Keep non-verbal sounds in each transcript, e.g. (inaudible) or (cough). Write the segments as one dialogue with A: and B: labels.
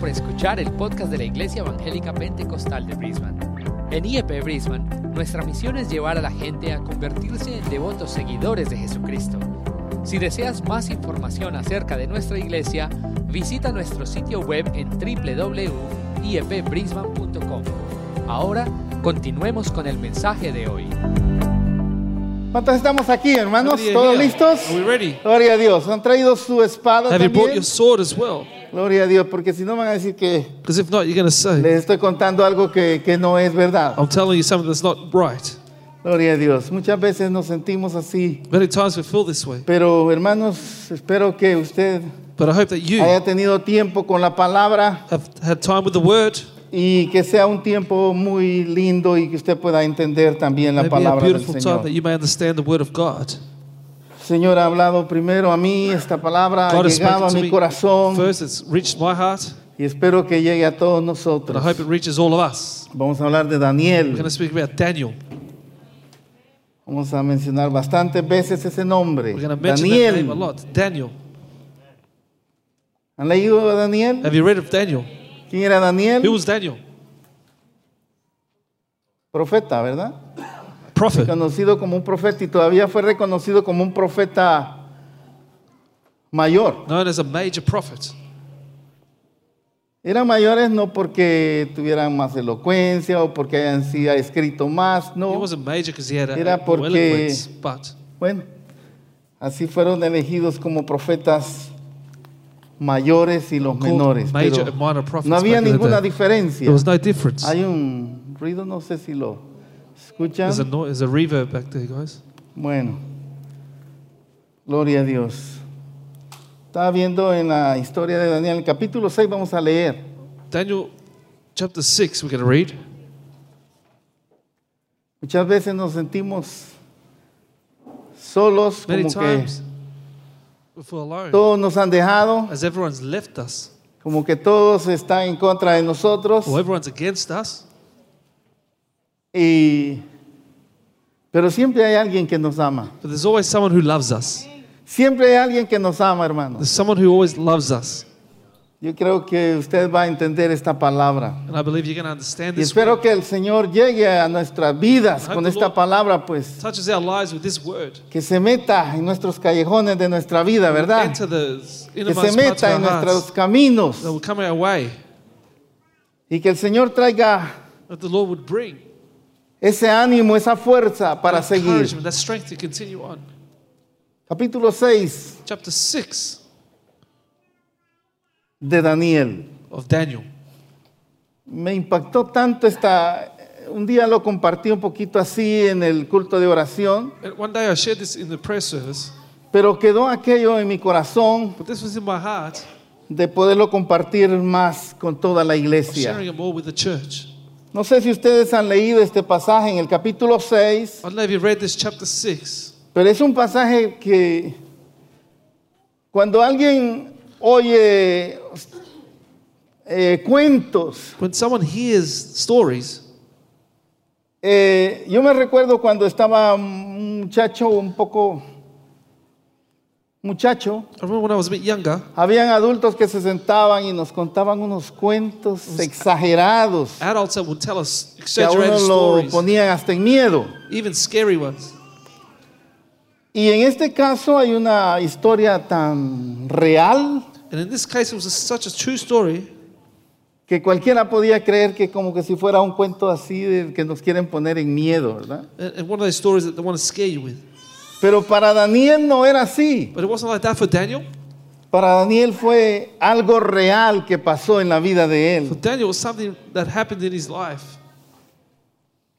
A: por escuchar el podcast de la Iglesia Evangélica Pentecostal de Brisbane. En IEP Brisbane, nuestra misión es llevar a la gente a convertirse en devotos seguidores de Jesucristo. Si deseas más información acerca de nuestra iglesia, visita nuestro sitio web en E www.iepbrisbane.com. Ahora, continuemos con el mensaje de hoy.
B: ¿Cuántos estamos aquí, hermanos?
C: Are you
B: ¿Todos
C: here?
B: listos?
C: Are we ready?
B: Gloria a Dios. ¿Han traído su espada
C: Have you brought
B: también?
C: your sword as well?
B: Gloria a Dios, porque si no van a decir que
C: Because if not, you're going to say,
B: les estoy contando algo que, que no es verdad.
C: I'm telling you something that's not right.
B: Gloria a Dios. Muchas veces nos sentimos así.
C: Many times we feel this way.
B: Pero, hermanos, espero que usted
C: But I hope that you
B: haya tenido tiempo con la palabra
C: have had time with the word.
B: y que sea un tiempo muy lindo y que usted pueda entender también la
C: Maybe a
B: palabra del
C: beautiful time that
B: Señor.
C: you may understand the word of God.
B: El Señor ha hablado primero a mí, esta palabra ha
C: God has
B: llegado a
C: spoken to
B: mi
C: me.
B: corazón
C: First, it's reached my heart,
B: y espero que llegue a todos
C: but I
B: nosotros.
C: hope it reaches all of us.
B: Vamos a hablar de
C: We're going
B: Daniel.
C: to speak about Daniel.
B: Vamos a mencionar bastantes veces ese nombre.
C: We're going to mention that name a
B: Daniel.
C: lot. Daniel.
B: ¿Han leído a Daniel?
C: Have you read of Daniel?
B: ¿Quién era
C: Who
B: Daniel?
C: Eh, was Daniel?
B: Profeta, ¿verdad?
C: Prophet.
B: Conocido como un profeta y todavía fue reconocido como un profeta mayor.
C: Known as a major prophet.
B: Eran mayores no porque tuvieran más elocuencia o porque hayan sido escrito más,
C: He
B: no.
C: wasn't major because he had a,
B: Era
C: a more
B: porque-
C: eloquence, but
B: Bueno, así fueron elegidos como profetas mayores y los
C: Called
B: menores.
C: major
B: pero
C: and minor prophets
B: no había
C: back in the
B: ninguna
C: day.
B: diferencia.
C: there was no difference.
B: Hay un ruido, no sé si lo escuchan.
C: There's a, no- there's a reverb back there, guys.
B: Bueno, gloria a Dios. Estaba viendo en la historia de Daniel, el capítulo 6 vamos a leer.
C: Daniel chapter 6, we're going to read.
B: Muchas veces nos sentimos solos,
C: Many
B: como que
C: times we feel alone.
B: todos nos han dejado,
C: As everyone's left us,
B: como que todos están en contra de nosotros.
C: or everyone's against us,
B: Y, pero siempre hay alguien que nos ama.
C: but there's always someone who loves us.
B: Siempre hay alguien que nos ama, hermanos.
C: There's someone who always loves us.
B: Yo creo que usted va a entender esta palabra.
C: And I believe you're going to understand
B: Y
C: this.
B: espero que el Señor llegue a nuestras vidas con esta palabra, pues
C: Touches our lives with this word.
B: que se meta en nuestros callejones de nuestra vida, ¿verdad?
C: Enter the
B: Que
C: innermost
B: se
C: parts
B: meta en
C: of our
B: nuestros
C: hearts.
B: caminos
C: That will come our way.
B: y que el Señor traiga
C: That the Lord would bring.
B: ese ánimo, esa fuerza para
C: that encouragement,
B: seguir.
C: That strength to continue on.
B: Capítulo 6
C: Chapter 6
B: de Daniel.
C: of Daniel.
B: Me impactó tanto esta... Un día lo compartí un poquito así en el culto de oración,
C: And one day I shared this in the prayer service,
B: pero quedó aquello en mi corazón
C: but this was in my heart,
B: de poderlo compartir más con toda la iglesia.
C: sharing it more with the church.
B: No sé si ustedes han leído este pasaje en el capítulo 6,
C: I don't know if you read this chapter 6,
B: pero es un pasaje que cuando alguien oye eh, cuentos,
C: When someone hears stories,
B: eh, yo me recuerdo cuando estaba un muchacho, un poco muchacho,
C: I remember when I was a bit younger,
B: habían adultos que se sentaban y nos contaban unos cuentos exagerados
C: adults that would tell us
B: que a uno
C: exaggerated
B: lo
C: stories,
B: ponían hasta en miedo.
C: even scary ones.
B: Y en este caso hay una historia tan real
C: And in this case, it was such a true story
B: que cualquiera podía creer que como que si fuera un cuento así de que nos quieren poner en miedo, ¿verdad?
C: and and one of those stories that they want to scare you with.
B: Pero para Daniel no era así.
C: But it wasn't like that for Daniel.
B: Para Daniel fue algo real que pasó en la vida de
C: For
B: él.
C: Daniel, it was something that happened in his life.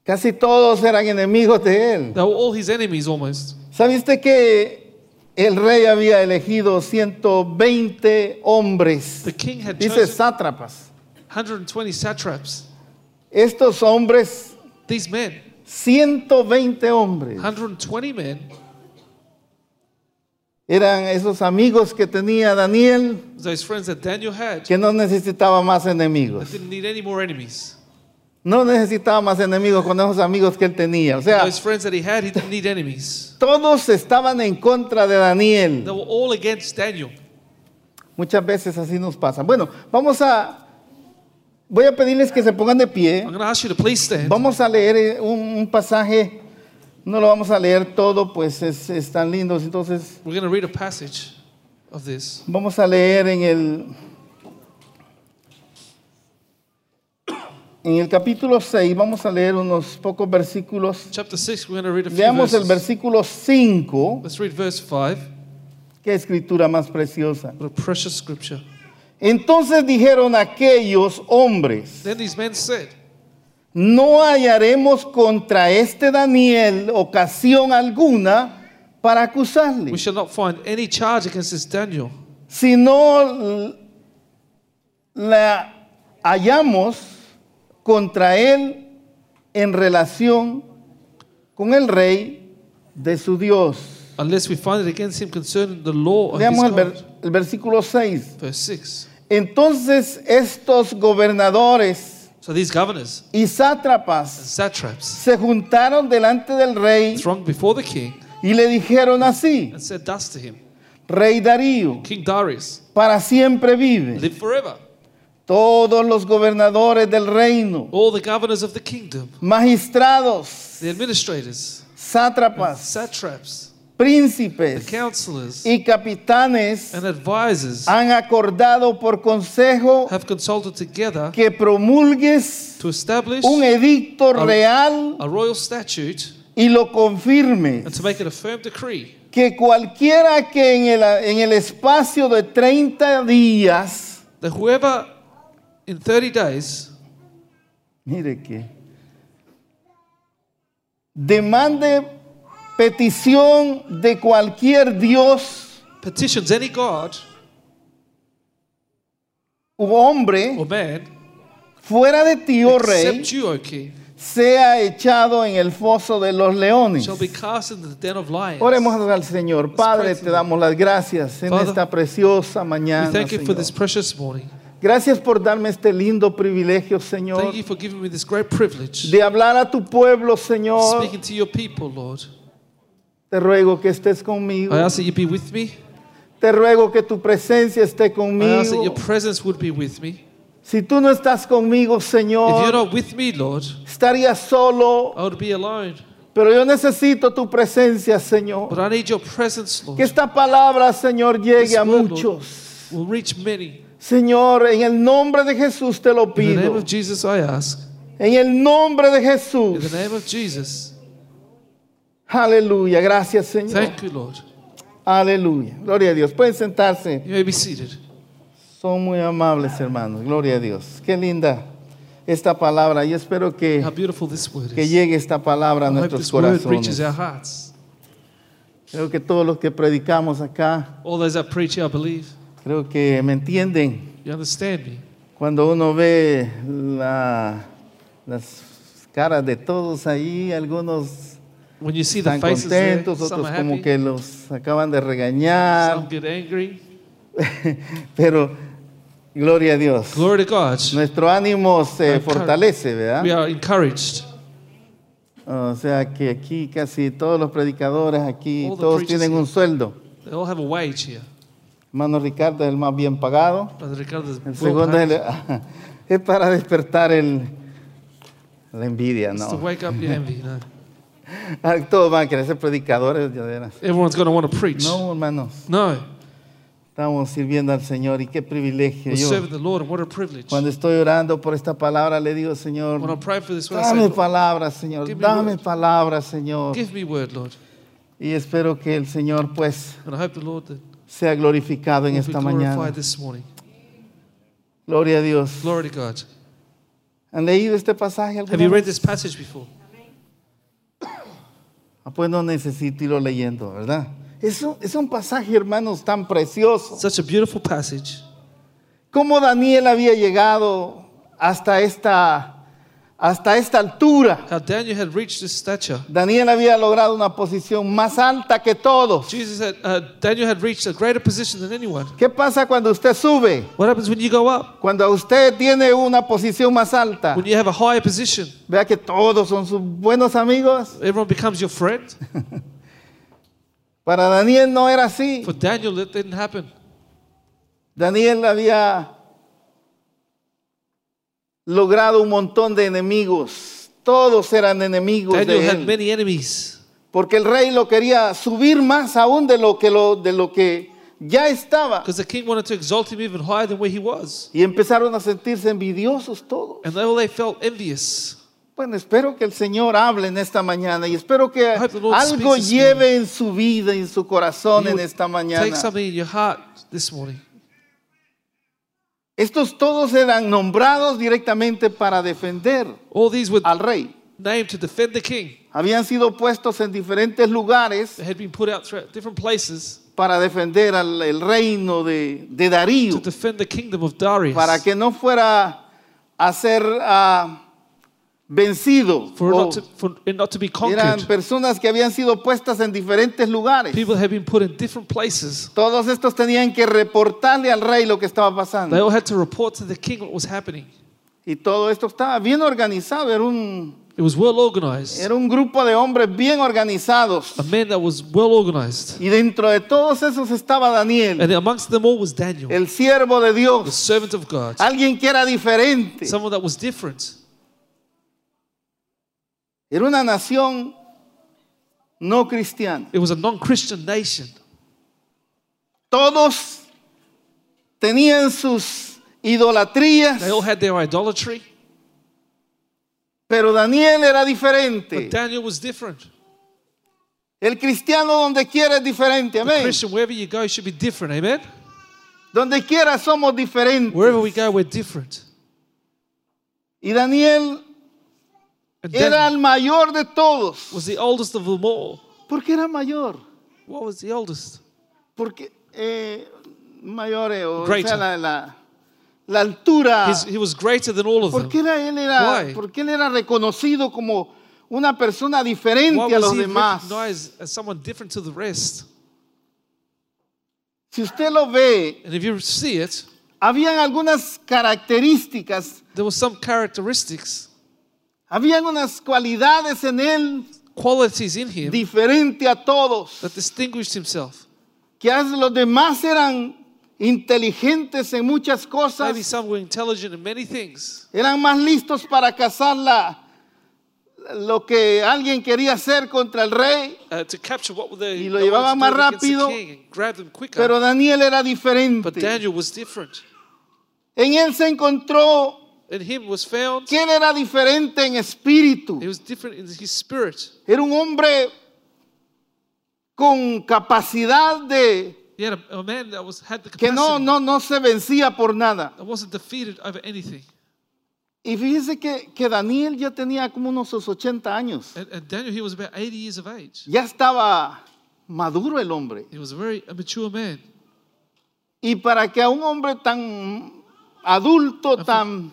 B: Casi todos eran enemigos de él.
C: They were all his enemies almost.
B: ¿Sabiste que el rey había elegido 120 hombres?
C: The king had
B: Dice
C: chosen
B: sátrapas.
C: 120 satraps.
B: Estos hombres,
C: These men,
B: 120 hombres.
C: 120 men,
B: Eran esos amigos que tenía Daniel
C: those friends that Daniel had,
B: que no necesitaba más enemigos.
C: that didn't need any more enemies.
B: No necesitaba más enemigos con esos amigos que él tenía. O sea,
C: Those friends that he had, he didn't need enemies.
B: todos estaban en contra de
C: They
B: Daniel.
C: were all against Daniel.
B: Muchas veces así nos pasa. Bueno, vamos a Voy a pedirles que se pongan de pie.
C: I'm going to ask you to please stand.
B: Vamos a leer eh, un, un pasaje. No lo vamos a leer todo, pues es, es tan lindo. Entonces,
C: We're going to read a passage of this.
B: vamos a leer en el, en el capítulo 6. Vamos a leer unos pocos versículos.
C: Chapter 6, we're going to read a few
B: Veamos el
C: verses.
B: versículo 5.
C: Let's read verse 5.
B: Qué escritura más preciosa.
C: What a precious scripture.
B: Entonces dijeron aquellos hombres.
C: Then these men said,
B: no hallaremos contra este Daniel ocasión alguna para acusarle,
C: We shall not find any charge against this Daniel,
B: sino l- la hallamos contra él en relación con el rey de su Dios.
C: unless we find it against him concerning the law of his
B: Veamos el, ver-
C: God.
B: el versículo 6.
C: Verse 6.
B: Entonces estos gobernadores
C: So these governors
B: y
C: and
B: sátrapas
C: satraps
B: se juntaron delante del rey
C: thronged before the king
B: y le dijeron así,
C: and said thus to him,
B: Rey Darío,
C: King Darius,
B: para siempre vive.
C: live forever.
B: Todos los gobernadores del reino,
C: All the governors of the kingdom,
B: magistrados,
C: the administrators,
B: sátrapas,
C: satraps, the
B: príncipes
C: counselors,
B: y capitanes
C: and advisors
B: han acordado por consejo
C: have consulted together
B: que promulgues
C: to establish
B: un edicto real
C: a royal statute
B: y lo confirme
C: and to make it a firm decree
B: que cualquiera que en el, en el espacio de 30 días,
C: that whoever in 30 days
B: mire que, demande petición de cualquier dios
C: petitions any god
B: u hombre
C: or man
B: fuera de ti, oh rey,
C: except you, O king,
B: sea echado en el foso de los leones.
C: shall be cast into the den of lions.
B: Oremos al Señor. Padre, te damos las gracias en
C: Father,
B: esta preciosa
C: We
B: mañana.
C: thank you for
B: Señor.
C: this precious morning.
B: Gracias por darme este lindo privilegio, Señor,
C: Thank you for giving me this great privilege
B: de hablar a tu pueblo,
C: of
B: Señor.
C: speaking to your people, Lord.
B: Te ruego que estés conmigo.
C: I ask that you be with me.
B: Te ruego que tu presencia esté
C: I ask that your
B: conmigo.
C: presence would be with me.
B: Si tú no estás conmigo,
C: If you're
B: Señor,
C: not with me, Lord,
B: estaría solo.
C: I would Oh, be alone.
B: Pero yo necesito tu presencia,
C: But
B: Señor.
C: I need your presence,
B: Que
C: Lord.
B: esta palabra, Señor, llegue
C: This
B: a
C: word, Lord.
B: muchos.
C: Will reach many.
B: Señor, en el nombre de Jesús te lo
C: In the name
B: pido.
C: of Jesus, I ask.
B: En el nombre de
C: In the
B: Jesús.
C: name of Jesus,
B: Aleluya. Gracias, Señor.
C: thank you, Lord.
B: Aleluya. Gloria a Dios. Pueden sentarse.
C: You may be seated.
B: Son muy amables, hermanos. Gloria a Dios. Qué linda esta palabra. Yo espero que...
C: How beautiful this word
B: que
C: is.
B: llegue esta palabra a
C: I hope
B: nuestros
C: this word reaches
B: corazones.
C: our hearts.
B: Creo que todos los que predicamos acá,
C: All those that preach, I believe.
B: creo que me entienden.
C: You understand me?
B: Cuando uno ve la- las caras de todos ahí, algunos
C: When you see the
B: están
C: faces there,
B: contentos,
C: some
B: otros
C: are
B: como
C: happy,
B: que ah. los acaban de
C: some
B: regañar,
C: get angry.
B: (laughs) pero gloria a Dios.
C: Glory to God.
B: Nuestro ánimo se
C: Encourage-
B: fortalece,
C: We
B: ¿verdad?
C: are encouraged.
B: O sea que aquí casi todos los predicadores, aquí
C: All the
B: todos
C: preachers
B: tienen un sueldo.
C: They all have a wage here.
B: Hermano Ricardo es el más bien pagado.
C: Brother Ricardo is
B: El
C: well
B: segundo es,
C: paid.
B: el- (laughs) es para despertar el, la envidia,
C: It's to
B: ¿no?
C: wake up the envy. You know.
B: Ah, Todos van a querer ser predicadores. de veras.
C: Everyone's going to want to preach.
B: No, hermanos,
C: No.
B: estamos sirviendo al Señor y qué privilegio.
C: We're
B: Yo,
C: serving the Lord, and what a privilege.
B: cuando estoy orando por esta palabra, le digo,
C: When I
B: Señor,
C: pray for this word, I say,
B: dame
C: Lord,
B: palabra, Señor,
C: give pues, me
B: dame
C: word.
B: palabra, Señor.
C: give me word, Lord.
B: Y espero que el Señor, pues,
C: And I hope the Lord that
B: sea glorificado en
C: will be
B: esta
C: glorified
B: mañana.
C: this morning.
B: Gloria a Dios.
C: Glory to God.
B: ¿Han leído este pasaje alguna
C: Have you
B: vez?
C: read this passage before?
B: Ah, pues no necesito irlo leyendo, ¿verdad? Es un, es un pasaje, hermanos, tan precioso.
C: Such a beautiful passage.
B: ¿Cómo Daniel había llegado hasta esta, hasta esta altura?
C: How Daniel had reached this stature.
B: Daniel había logrado una posición más alta que todos.
C: Jesus had, uh, Daniel had reached a greater position than anyone.
B: ¿Qué pasa cuando usted sube?
C: What happens when you go up?
B: Cuando usted tiene una posición más alta,
C: When you have a higher position,
B: vea que todos son sus buenos amigos.
C: everyone becomes your friend.
B: Para Daniel no era así.
C: For Daniel, that didn't happen.
B: Daniel había logrado un montón de enemigos. Todos eran enemigos
C: Daniel
B: de
C: had
B: él.
C: many enemies
B: Porque el rey lo quería subir más aún de lo que, lo, de lo que ya estaba.
C: because the king wanted to exalt him even higher than where he was.
B: Y empezaron a sentirse envidiosos todos.
C: And though they felt envious,
B: Bueno, espero que el Señor hable en esta mañana y espero que
C: I hope the pues, Lord
B: algo
C: speaks this
B: lleve en su vida, en su corazón
C: you
B: en
C: would
B: esta
C: take
B: mañana.
C: something in your heart this morning.
B: Estos todos eran nombrados directamente para defender
C: All these were
B: al rey.
C: named to defend the king.
B: Habían sido puestos en diferentes lugares
C: They had been put out throughout different places
B: para defender al el reino de, de Darío,
C: to defend the kingdom of Darius.
B: para que no fuera a ser ah, vencido.
C: for,
B: O
C: not to, for it not to be
B: eran
C: conquered.
B: personas que habían sido puestas en diferentes lugares.
C: People had been put in different places.
B: Todos estos tenían que reportarle al rey lo que estaba
C: They
B: pasando.
C: all had to report to the king what was happening.
B: Y todo esto estaba bien organizado. Era un,
C: It was well organized.
B: era un grupo de hombres bien organizados.
C: A man that was well organized.
B: Y dentro de todos esos estaba Daniel,
C: And amongst them all was Daniel,
B: el siervo de
C: the
B: Dios.
C: servant of God.
B: Alguien que era diferente.
C: Someone that was different.
B: Era una nación no cristiana.
C: It was a non Christian nation.
B: Todos tenían sus idolatrías,
C: They all had their idolatry,
B: pero Daniel era
C: but
B: diferente.
C: Daniel was different.
B: El cristiano donde quiera es diferente,
C: The
B: amén.
C: Christian, wherever you go, should be different. Amen?
B: Donde quiera somos diferentes.
C: Wherever we go, we're different.
B: Y Daniel
C: And
B: era
C: Daniel
B: el mayor de todos.
C: was the oldest of them all.
B: ¿Por qué era mayor?
C: What was the oldest?
B: Porque eh, mayor, eh, o
C: Greater.
B: sea, la, la- la altura.
C: His, he was greater than all
B: ¿Por
C: of
B: qué
C: them.
B: era, él era,
C: Why?
B: por qué él era reconocido como una persona
C: Why
B: diferente a
C: was
B: los
C: he
B: demás?
C: recognized as someone different to the rest?
B: Si usted lo ve,
C: And if you see it,
B: habían algunas características,
C: there were some characteristics,
B: habían unas cualidades en él
C: qualities in him
B: diferente a todos,
C: that distinguished himself.
B: que as- los demás eran inteligentes en muchas
C: Maybe
B: cosas,
C: some were intelligent in many things.
B: eran más listos para cazar la- lo que alguien quería hacer contra el rey,
C: Uh, to capture what they
B: Y lo
C: they
B: llevaban
C: wanted
B: más
C: to do against the
B: rápido.
C: king and grab them quicker.
B: pero Daniel era
C: but
B: diferente.
C: Daniel was different.
B: En él se encontró
C: In him was found,
B: que él era diferente en espíritu.
C: he was different in his spirit.
B: Era un hombre con capacidad de
C: He had a, a man that was had the
B: que
C: capacity
B: no, no, no se vencía por nada.
C: that wasn't defeated over anything.
B: Y fíjese que, que Daniel ya tenía como unos sus 80 años.
C: And, and Daniel, he was about 80 years of age.
B: Ya estaba maduro el hombre.
C: He was a very mature man.
B: Y para que a un hombre tan adulto, tan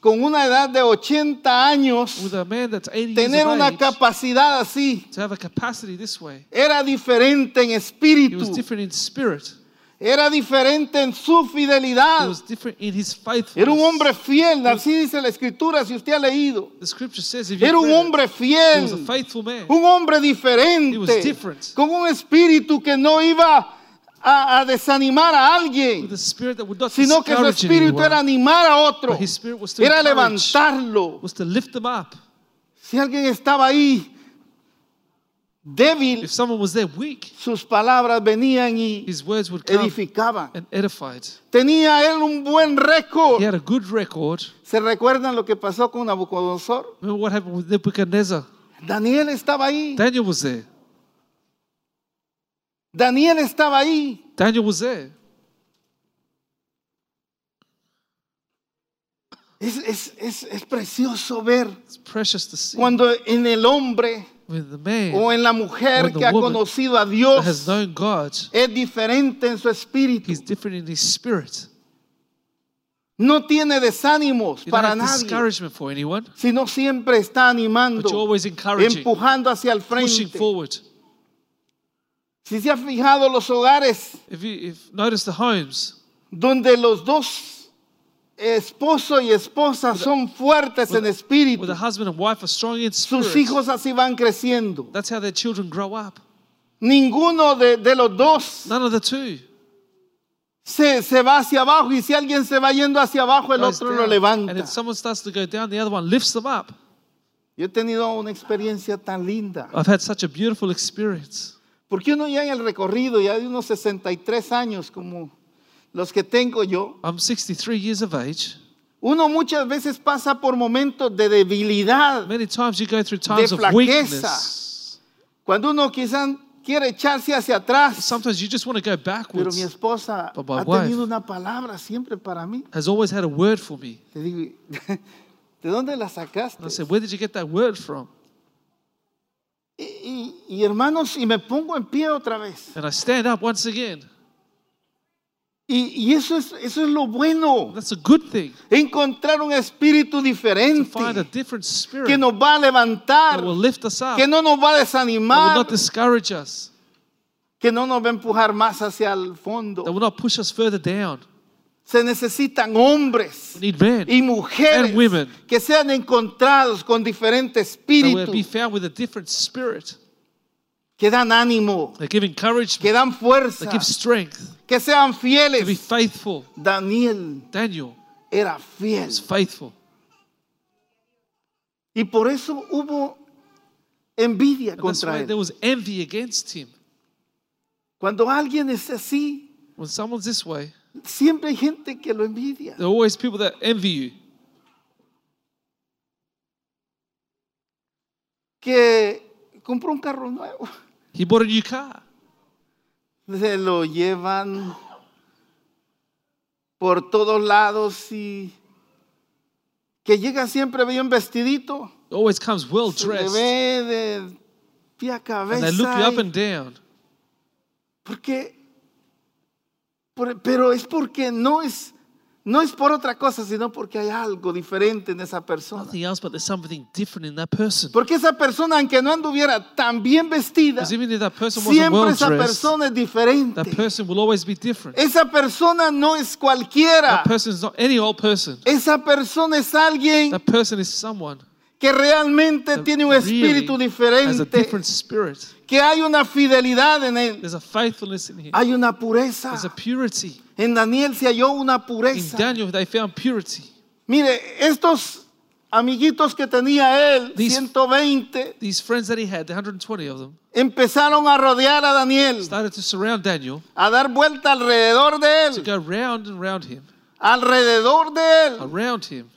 B: con una edad de 80 años,
C: With a man that's 80 years
B: tener
C: of
B: una
C: age,
B: capacidad así,
C: to have a capacity this way,
B: era diferente en
C: he was
B: espíritu.
C: different in spirit.
B: Era diferente en su
C: He
B: fidelidad.
C: was different in his
B: Era un hombre
C: faithfulness.
B: fiel, así dice la escritura si usted ha leído.
C: The scripture says if you
B: Era un
C: read it,
B: hombre
C: he was a
B: fiel,
C: faithful man.
B: un hombre
C: He was
B: diferente,
C: different.
B: con un espíritu que no iba a, a desanimar a alguien,
C: With a spirit that would not
B: sino que su
C: discourage
B: espíritu
C: anyone,
B: era animar a otro,
C: But his spirit was to
B: era
C: encourage.
B: levantarlo.
C: was to lift them up.
B: Si alguien estaba ahí débil,
C: If someone was there weak,
B: sus palabras venían y
C: his words would come
B: edificaban.
C: and edified.
B: Tenía él un buen récord.
C: He had a good record.
B: ¿Se recuerdan lo que pasó con Nabucodonosor?
C: Remember what happened with Nebuchadnezzar?
B: Daniel estaba ahí.
C: Daniel was there.
B: Daniel estaba ahí.
C: Daniel was there.
B: Es, es- es- es precioso ver
C: It's precious to see
B: cuando en el hombre
C: when the man
B: o en la mujer
C: When the
B: que ha
C: woman
B: conocido a
C: that has
B: Dios
C: known God,
B: es diferente en su espíritu.
C: he's different in his spirit.
B: No tiene desánimos
C: You
B: para
C: don't have
B: nadie,
C: discouragement for anyone,
B: sino siempre está
C: but you're
B: animando,
C: always encouraging,
B: empujando hacia el
C: pushing
B: frente.
C: forward.
B: Si se ha fijado los hogares
C: If you if notice the homes
B: donde los dos esposo y esposa son fuertes en
C: where the
B: espíritu,
C: husband and wife are strong in
B: sus
C: spirit,
B: hijos así van creciendo.
C: that's how their children grow up.
B: Ninguno de, de los dos
C: None of the two
B: se, se va hacia abajo y si alguien se va yendo hacia abajo, el
C: goes
B: otro lo
C: down.
B: levanta.
C: And if someone starts to go down, the other one lifts them up.
B: Yo he tenido una experiencia tan linda,
C: I've had such a beautiful experience.
B: porque uno ya en el recorrido, ya de unos 63 años como los que tengo yo,
C: I'm 63 years of age.
B: uno muchas veces pasa por momentos de debilidad,
C: Many times you go through times of
B: flaqueza.
C: weakness.
B: cuando uno quizás quiere echarse hacia atrás.
C: Sometimes you just want to go
B: Pero mi
C: backwards.
B: esposa
C: But my
B: ha tenido
C: wife-
B: una palabra siempre para mí.
C: Has always had a word for me.
B: Le digo, (laughs) ¿de dónde la sacaste?
C: And I said, Where did you get that word from?
B: Y, y- y, hermanos, y me pongo en pie otra vez.
C: And I stand up once again.
B: Y, y eso, es, eso es lo bueno,
C: That's a good thing.
B: encontrar un espíritu
C: To
B: diferente
C: find a different spirit
B: que nos va a
C: that
B: levantar,
C: will lift us up,
B: que
C: that
B: no nos va a
C: will
B: desanimar,
C: not discourage us,
B: que no nos va a empujar más hacia el
C: that
B: fondo.
C: will not push us further down.
B: Se necesitan hombres
C: We need men
B: y mujeres
C: and women.
B: que sean encontrados con diferente
C: that will be
B: espíritu,
C: found with a different spirit.
B: que dan ánimo,
C: They give encouragement,
B: que dan
C: they
B: fuerza,
C: give strength,
B: que sean
C: to be
B: fieles.
C: faithful.
B: Daniel
C: Daniel
B: era fiel.
C: was faithful.
B: Y por eso hubo envidia
C: And that's
B: contra
C: why there
B: él.
C: was envy against him.
B: Cuando alguien es así,
C: When someone's this way,
B: siempre hay gente que lo envidia.
C: there are always people that envy you,
B: Que compró un carro nuevo.
C: He bought a new car.
B: Se lo llevan por todos lados y que llega siempre bien vestidito.
C: He always comes well
B: Se le
C: dressed.
B: ve de pie a cabeza.
C: And they look you up
B: y-
C: and down.
B: Porque, por- pero es porque no es, no es por otra cosa, sino porque hay algo diferente en esa persona.
C: Nothing else, but there's something different in that person.
B: Porque esa persona, aunque no anduviera tan bien vestida,
C: Because even if that person wasn't
B: siempre
C: well
B: esa
C: dressed,
B: persona es
C: that
B: diferente.
C: person will always be different.
B: Esa persona no es cualquiera.
C: That person is not any old person.
B: Esa persona es alguien
C: That person is someone
B: que realmente
C: that
B: tiene un espíritu
C: really has a
B: diferente,
C: different spirit.
B: que hay una fidelidad en él,
C: There's a faithfulness in him.
B: hay una pureza.
C: There's a purity.
B: En Daniel se halló una
C: In
B: pureza.
C: Daniel, they found purity.
B: Mire, estos amiguitos que tenía él,
C: These-
B: 120,
C: These friends that he had, the 120 of them,
B: empezaron a rodear a Daniel,
C: started to surround Daniel,
B: a dar vuelta alrededor de
C: to
B: él,
C: go round and round him,
B: alrededor de él,
C: around him,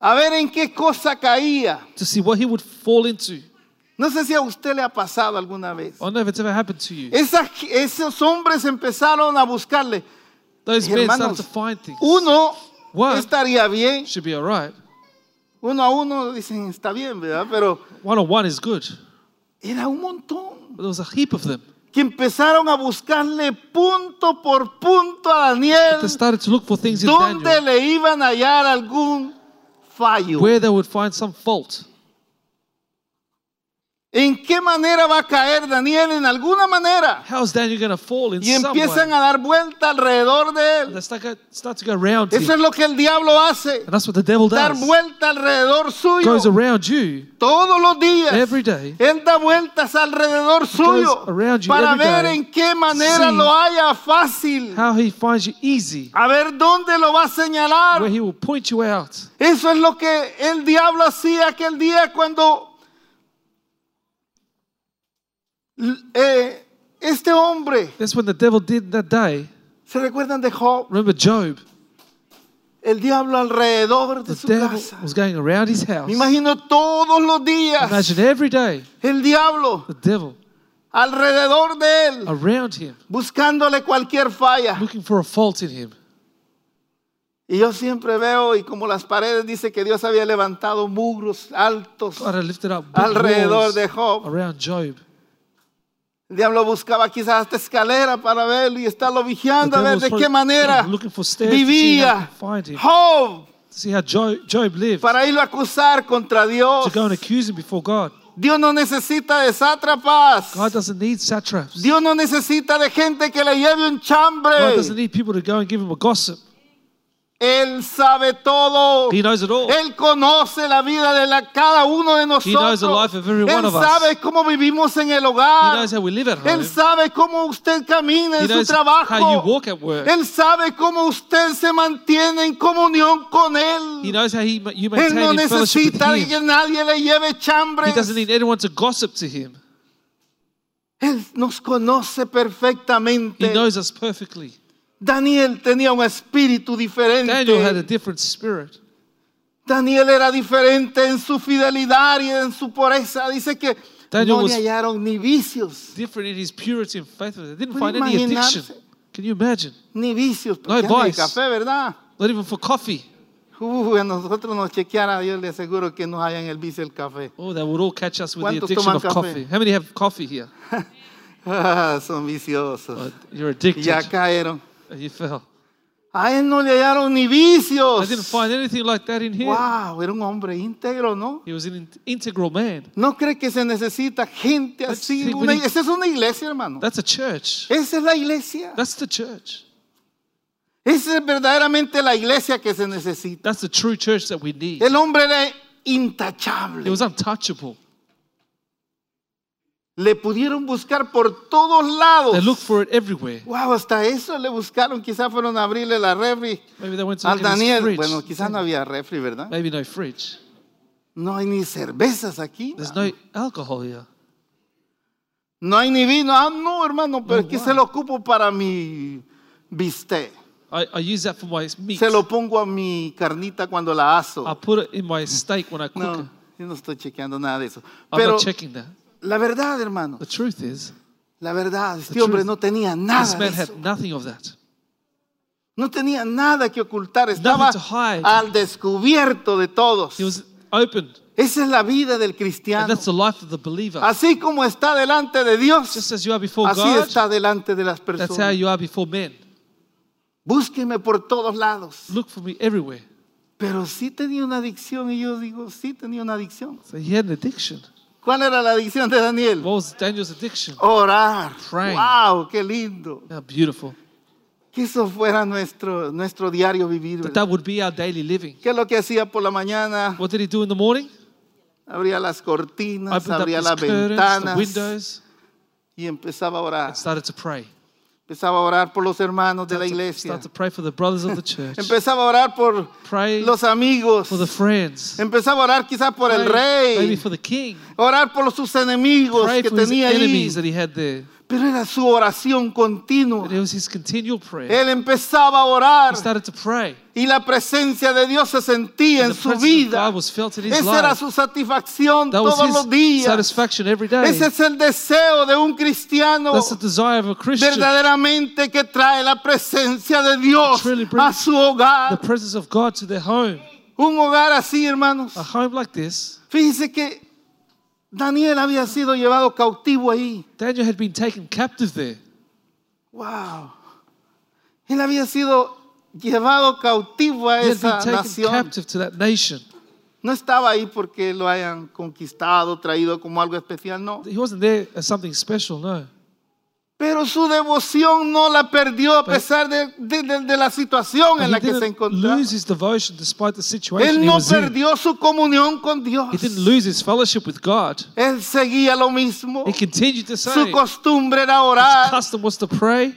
B: a ver en qué cosa caía.
C: to see what he would fall into.
B: No sé si a usted le ha pasado alguna vez.
C: I don't know if it's ever happened to you.
B: Esas- esos hombres empezaron a buscarle.
C: Those men started
B: Hermanos,
C: to find things.
B: uno
C: One.
B: estaría bien,
C: Should be all right.
B: uno a uno dicen está bien, ¿verdad? Pero
C: One on one is good.
B: era un montón.
C: But there was a heap of them.
B: que empezaron a buscarle punto por punto a Daniel
C: They started to look for things in
B: donde
C: Daniel Pues-
B: le iban a hallar algún fallo.
C: where they would find some fault.
B: ¿En qué manera va a caer Daniel? En alguna manera.
C: How's Daniel going to fall in
B: Y
C: some way?
B: empiezan a dar vuelta alrededor de
C: And they
B: él.
C: start, go, start to go round him.
B: Eso es
C: And
B: lo que el diablo hace.
C: that's what the devil
B: Dar
C: does.
B: vuelta alrededor suyo.
C: Goes around you
B: Todos los días.
C: every day.
B: Él da vueltas alrededor suyo
C: around you
B: para
C: every
B: ver
C: day.
B: en qué manera
C: See
B: lo haya fácil.
C: How he finds you easy.
B: A ver dónde lo va a señalar.
C: Where he will point you out.
B: Eso es lo que el diablo hacía aquel día cuando l- eh, este hombre,
C: That's what the devil did that day.
B: ¿se recuerdan de Job?
C: Remember Job?
B: El diablo alrededor de
C: The
B: su
C: devil
B: casa.
C: was going around his house.
B: Me imagino todos los días
C: Imagine every day
B: el diablo
C: the devil
B: alrededor de él,
C: around him
B: buscándole cualquier falla.
C: looking for a fault in him.
B: Y yo siempre veo, y como las paredes dice que Dios había levantado muros altos,
C: God had lifted up big
B: Alrededor
C: walls
B: de Job.
C: around Job.
B: el diablo buscaba quizás esta escalera para verlo y estarlo
C: The
B: vigiando a
C: devil
B: ver
C: was
B: de
C: probably
B: qué manera
C: looking for stairs to see how he
B: vivía
C: could find him.
B: Job
C: To see how Job, Job lived.
B: para irlo a acusar contra Dios.
C: To go and accuse him before God.
B: Dios no necesita de sátrapas.
C: God doesn't need satraps.
B: Dios no necesita de gente que le lleve un
C: God doesn't
B: chambre.
C: need people to go and give him a gossip.
B: Él sabe todo.
C: He knows it all.
B: Él conoce la vida de la- cada uno de nosotros.
C: knows the life of every one
B: Él
C: of us.
B: sabe cómo vivimos en el
C: He
B: hogar.
C: knows how we live at home.
B: Él sabe cómo usted camina
C: He
B: en su
C: knows
B: trabajo.
C: how you walk at work.
B: Él sabe cómo usted se mantiene en comunión con
C: He
B: Él.
C: knows how he, ma- you
B: Él
C: maintain
B: no
C: in fellowship with
B: necesita
C: him.
B: que nadie le lleve
C: He
B: chambre.
C: doesn't need anyone to gossip to him.
B: Él nos conoce
C: He
B: perfectamente.
C: knows us perfectly.
B: Daniel tenía un espíritu diferente.
C: Daniel had a different spirit.
B: Daniel era diferente en su fidelidad y en su pureza. Dice que
C: Daniel
B: no
C: was-
B: le hallaron ni vicios,
C: Different in his purity and faithfulness. They didn't
B: Puede
C: find any addiction.
B: imaginarse.
C: Can you imagine?
B: ni vicios,
C: No
B: porque
C: hay
B: ya no hay
C: vice.
B: café, ¿verdad?
C: Not even for coffee.
B: Uy, Uh, a nosotros nos chequeara, yo le aseguro que nos hallan el vicio el café.
C: Oh, that would all catch us with the
B: ¿Cuántos
C: addiction
B: toman
C: of
B: café?
C: coffee. How many have coffee here?
B: Ah, son viciosos.
C: Oh, you're
B: Y
C: addicted.
B: ya cayeron.
C: And you fell.
B: A él no le hallaron ni
C: I didn't
B: vicios.
C: find anything like that in here.
B: Wow, era un hombre íntegro, ¿no?
C: He was an in- integral man.
B: ¿No cree que se necesita gente así?
C: think we
B: Una-
C: need-
B: Esa es una iglesia, hermano.
C: That's a church.
B: Esa es la iglesia.
C: That's the church.
B: Esa es verdaderamente la iglesia que se necesita.
C: That's the true church that we need.
B: El hombre era
C: It
B: intachable.
C: was untouchable.
B: Le pudieron buscar por todos
C: They looked
B: lados.
C: for it everywhere.
B: Wow, hasta eso le buscaron. Quizás fueron a abrirle la refri
C: Maybe they went to
B: al
C: look in his
B: Daniel.
C: fridge.
B: Bueno, quizás no había refri, ¿verdad?
C: Maybe no fridge.
B: No hay ni cervezas aquí.
C: There's no alcohol here.
B: No hay ni vino. Ah, no, hermano, pero
C: No,
B: es que
C: wow.
B: se lo ocupo para mi bistec.
C: I, I use that for my meat.
B: Se lo pongo a mi carnita cuando la aso.
C: I put it in my steak when I cook it.
B: No, yo no estoy chequeando nada de eso.
C: I'm
B: Pero
C: not checking that.
B: la verdad, hermano,
C: The truth is,
B: la verdad, este
C: The
B: hombre
C: truth.
B: no tenía
C: this
B: nada de
C: man
B: eso.
C: had nothing of that.
B: No tenía nada que ocultar, estaba
C: to hide.
B: al descubierto de todos.
C: He was open.
B: Esa es la vida del
C: And
B: cristiano.
C: that's the life of the believer.
B: Así como está delante de
C: Just
B: Dios,
C: as you are before
B: así
C: God,
B: está delante de las
C: that's how
B: personas.
C: you are before men.
B: Búsqueme por todos lados.
C: Look for me everywhere.
B: Pero sí tenía una adicción y yo digo, sí tenía una adicción.
C: So he had an addiction.
B: ¿Cuál era la adicción de Daniel?
C: What was Daniel's addiction?
B: Orar.
C: Oh. Praying.
B: ¡Wow! ¡Qué lindo!
C: How beautiful.
B: Que eso fuera nuestro, nuestro diario vivir.
C: That
B: ¿verdad?
C: that would be our daily living.
B: ¿Qué es lo que hacía por la mañana?
C: What did he do in the morning?
B: Abría las cortinas,
C: Opened up
B: abría
C: his
B: las
C: curtains, the
B: ventanas
C: windows,
B: y empezaba a orar.
C: and started to pray.
B: Empezaba a orar por los hermanos de la iglesia.
C: Start to pray for the brothers of the church.
B: Empezaba a orar por
C: Pray
B: los amigos.
C: for the friends.
B: Empezaba a orar quizás por el
C: Pray Maybe
B: rey.
C: for the king.
B: Orar por sus enemigos
C: Pray
B: que
C: for his
B: tenía ahí.
C: enemies that he had there.
B: Pero era su oración continua.
C: But it was his continual prayer.
B: Él empezaba a orar
C: He started to pray.
B: y la presencia de Dios se sentía
C: And
B: en
C: the
B: su
C: presence of
B: vida.
C: God was felt in his
B: Esa era
C: life.
B: su satisfacción
C: That
B: todos
C: was
B: los
C: his
B: días.
C: satisfaction every day.
B: Ese es el deseo de un cristiano
C: That's the desire of a Christian. The
B: verdaderamente que trae la presencia de Dios
C: Truly brings
B: a su hogar.
C: presence of God to their home.
B: Un hogar así, hermanos.
C: A home like this,
B: Fíjese que Daniel había sido llevado cautivo ahí.
C: Daniel had been taken captive there.
B: Wow. Él había sido llevado cautivo a
C: He had
B: esa
C: been taken
B: nación.
C: captive to that nation.
B: No estaba ahí porque lo hayan conquistado, traído como algo especial, no.
C: He wasn't there as something special, no.
B: Pero su devoción no la perdió a pesar de, de- de- de la situación
C: But
B: en la
C: he
B: que se
C: didn't
B: encontraba.
C: lose his devotion despite the situation
B: Él
C: he
B: no
C: was in.
B: perdió su comunión con Dios.
C: He didn't lose his fellowship with God.
B: Él seguía lo mismo.
C: He continued to
B: Su
C: say his
B: costumbre era orar.
C: custom was to pray.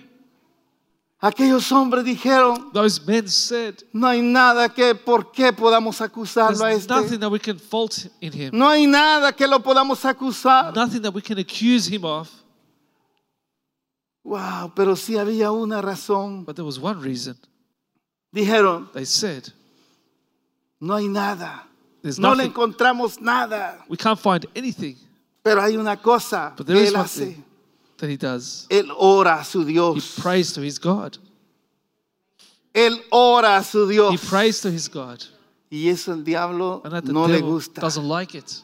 B: Aquellos hombres dijeron,
C: Those men said
B: no hay nada que por qué podamos acusarlo a
C: there's nothing
B: este.
C: that we can fault in him.
B: No hay nada que lo podamos acusar.
C: Nothing that we can accuse him of.
B: Wow, pero sí había una razón.
C: But there was one reason.
B: Dijeron,
C: They said
B: no hay nada.
C: There's
B: No le
C: nothing.
B: encontramos nada.
C: we can't find anything.
B: Pero hay una cosa
C: But there
B: que
C: is
B: él
C: one
B: hace.
C: thing that he does.
B: Él ora a su
C: He
B: Dios.
C: prays to his God.
B: Él ora a su Dios.
C: He prays to his God.
B: Y eso el diablo
C: And that the
B: no le
C: devil
B: gusta.
C: doesn't like it.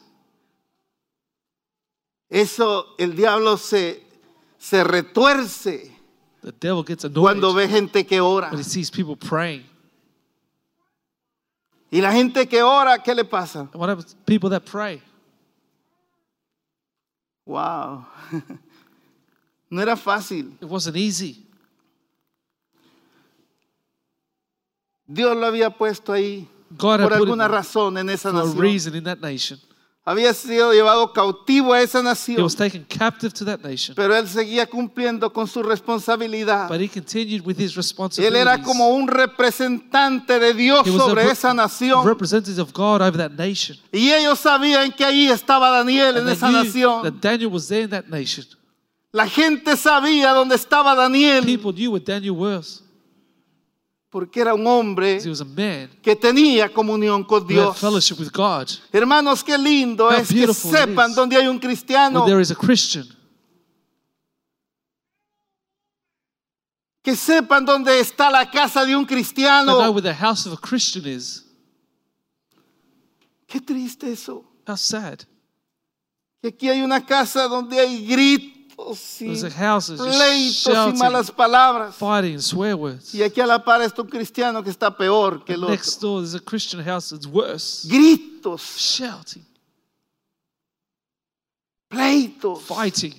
B: Eso el diablo se, se retuerce
C: The devil gets annoyed
B: cuando ve gente que ora.
C: when he sees people praying.
B: Y la gente que ora, ¿qué le pasa?
C: And what happens to people that pray?
B: Wow. (laughs) No era fácil.
C: It wasn't easy.
B: Dios lo había puesto ahí
C: God had
B: por
C: put it
B: alguna
C: there
B: razón en esa
C: for a
B: nación.
C: reason in that nation.
B: Había sido llevado cautivo a esa
C: He
B: nación,
C: was taken captive to that nation,
B: pero él seguía cumpliendo con su responsabilidad.
C: but he continued with his
B: Él
C: responsibilities.
B: era como un representante de Dios
C: He was a
B: sobre
C: rep-
B: esa nación.
C: representative of God over that nation.
B: Y ellos sabían que ahí estaba Daniel en
C: And they
B: esa
C: knew
B: nación.
C: that Daniel was there in that nation.
B: La gente sabía dónde estaba Daniel
C: People knew where Daniel was
B: porque era un hombre
C: because he was a man
B: que tenía comunión con
C: who had
B: Dios.
C: fellowship with God.
B: Hermanos, qué lindo
C: How
B: es que
C: beautiful it
B: sepan
C: is.
B: dónde hay un cristiano,
C: Where there is a Christian,
B: que sepan dónde está la casa de un
C: they know
B: cristiano.
C: where the house of a Christian is.
B: Qué triste eso.
C: How sad!
B: Que aquí hay una casa donde hay gritos y
C: There's a house that's just
B: pleitos y
C: shouting.
B: malas palabras.
C: Fighting and swear words.
B: Y aquí a la par está un cristiano que está peor que el otro.
C: Next door, there's a Christian house that's worse.
B: Gritos,
C: Shouting,
B: pleitos.
C: fighting.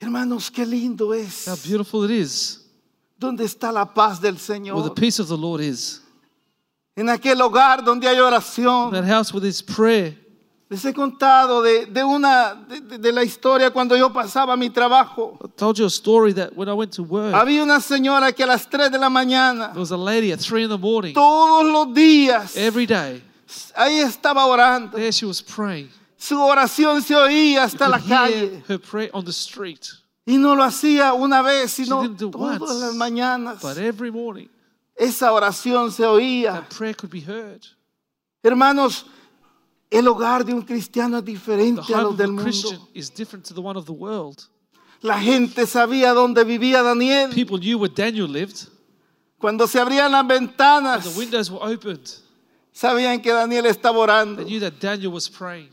B: Hermanos, qué lindo es.
C: How beautiful it is
B: ¿Dónde está la paz del
C: where the
B: Señor?
C: peace of the Lord is.
B: En aquel hogar donde hay oración.
C: That house with his prayer.
B: Les he contado de, de una de, de- de la historia cuando yo pasaba mi trabajo.
C: I told you a story that when I went to work,
B: Había una señora que a las 3 de la mañana,
C: there was a lady at three in the morning,
B: todos los días,
C: every day.
B: ahí estaba orando.
C: There she was praying.
B: Su oración se oía
C: You
B: hasta la
C: could hear
B: calle.
C: her prayer on the street,
B: Y no lo hacía una vez, sino
C: didn't do
B: todas
C: once.
B: las mañanas.
C: but every morning
B: Esa oración se oía.
C: that prayer could be heard.
B: Hermanos, el hogar de un cristiano es
C: The
B: diferente a los
C: home
B: del
C: of a Christian
B: mundo.
C: is different to the one of the world.
B: La gente sabía dónde vivía Daniel.
C: People knew where Daniel lived.
B: Cuando se abrían las ventanas,
C: The windows were opened.
B: sabían que Daniel estaba orando.
C: They knew that Daniel was praying.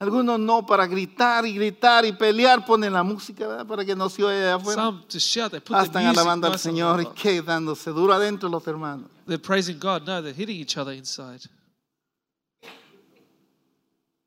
B: Algunos no, para gritar y gritar y pelear ponen la música, ¿verdad? Para que no se oiga de afuera.
C: Some to shout, they put the
B: Están
C: music
B: alabando al
C: nice and
B: Señor y
C: loud.
B: quedándose duro adentro los hermanos.
C: They're praising God. No, they're hitting each other inside.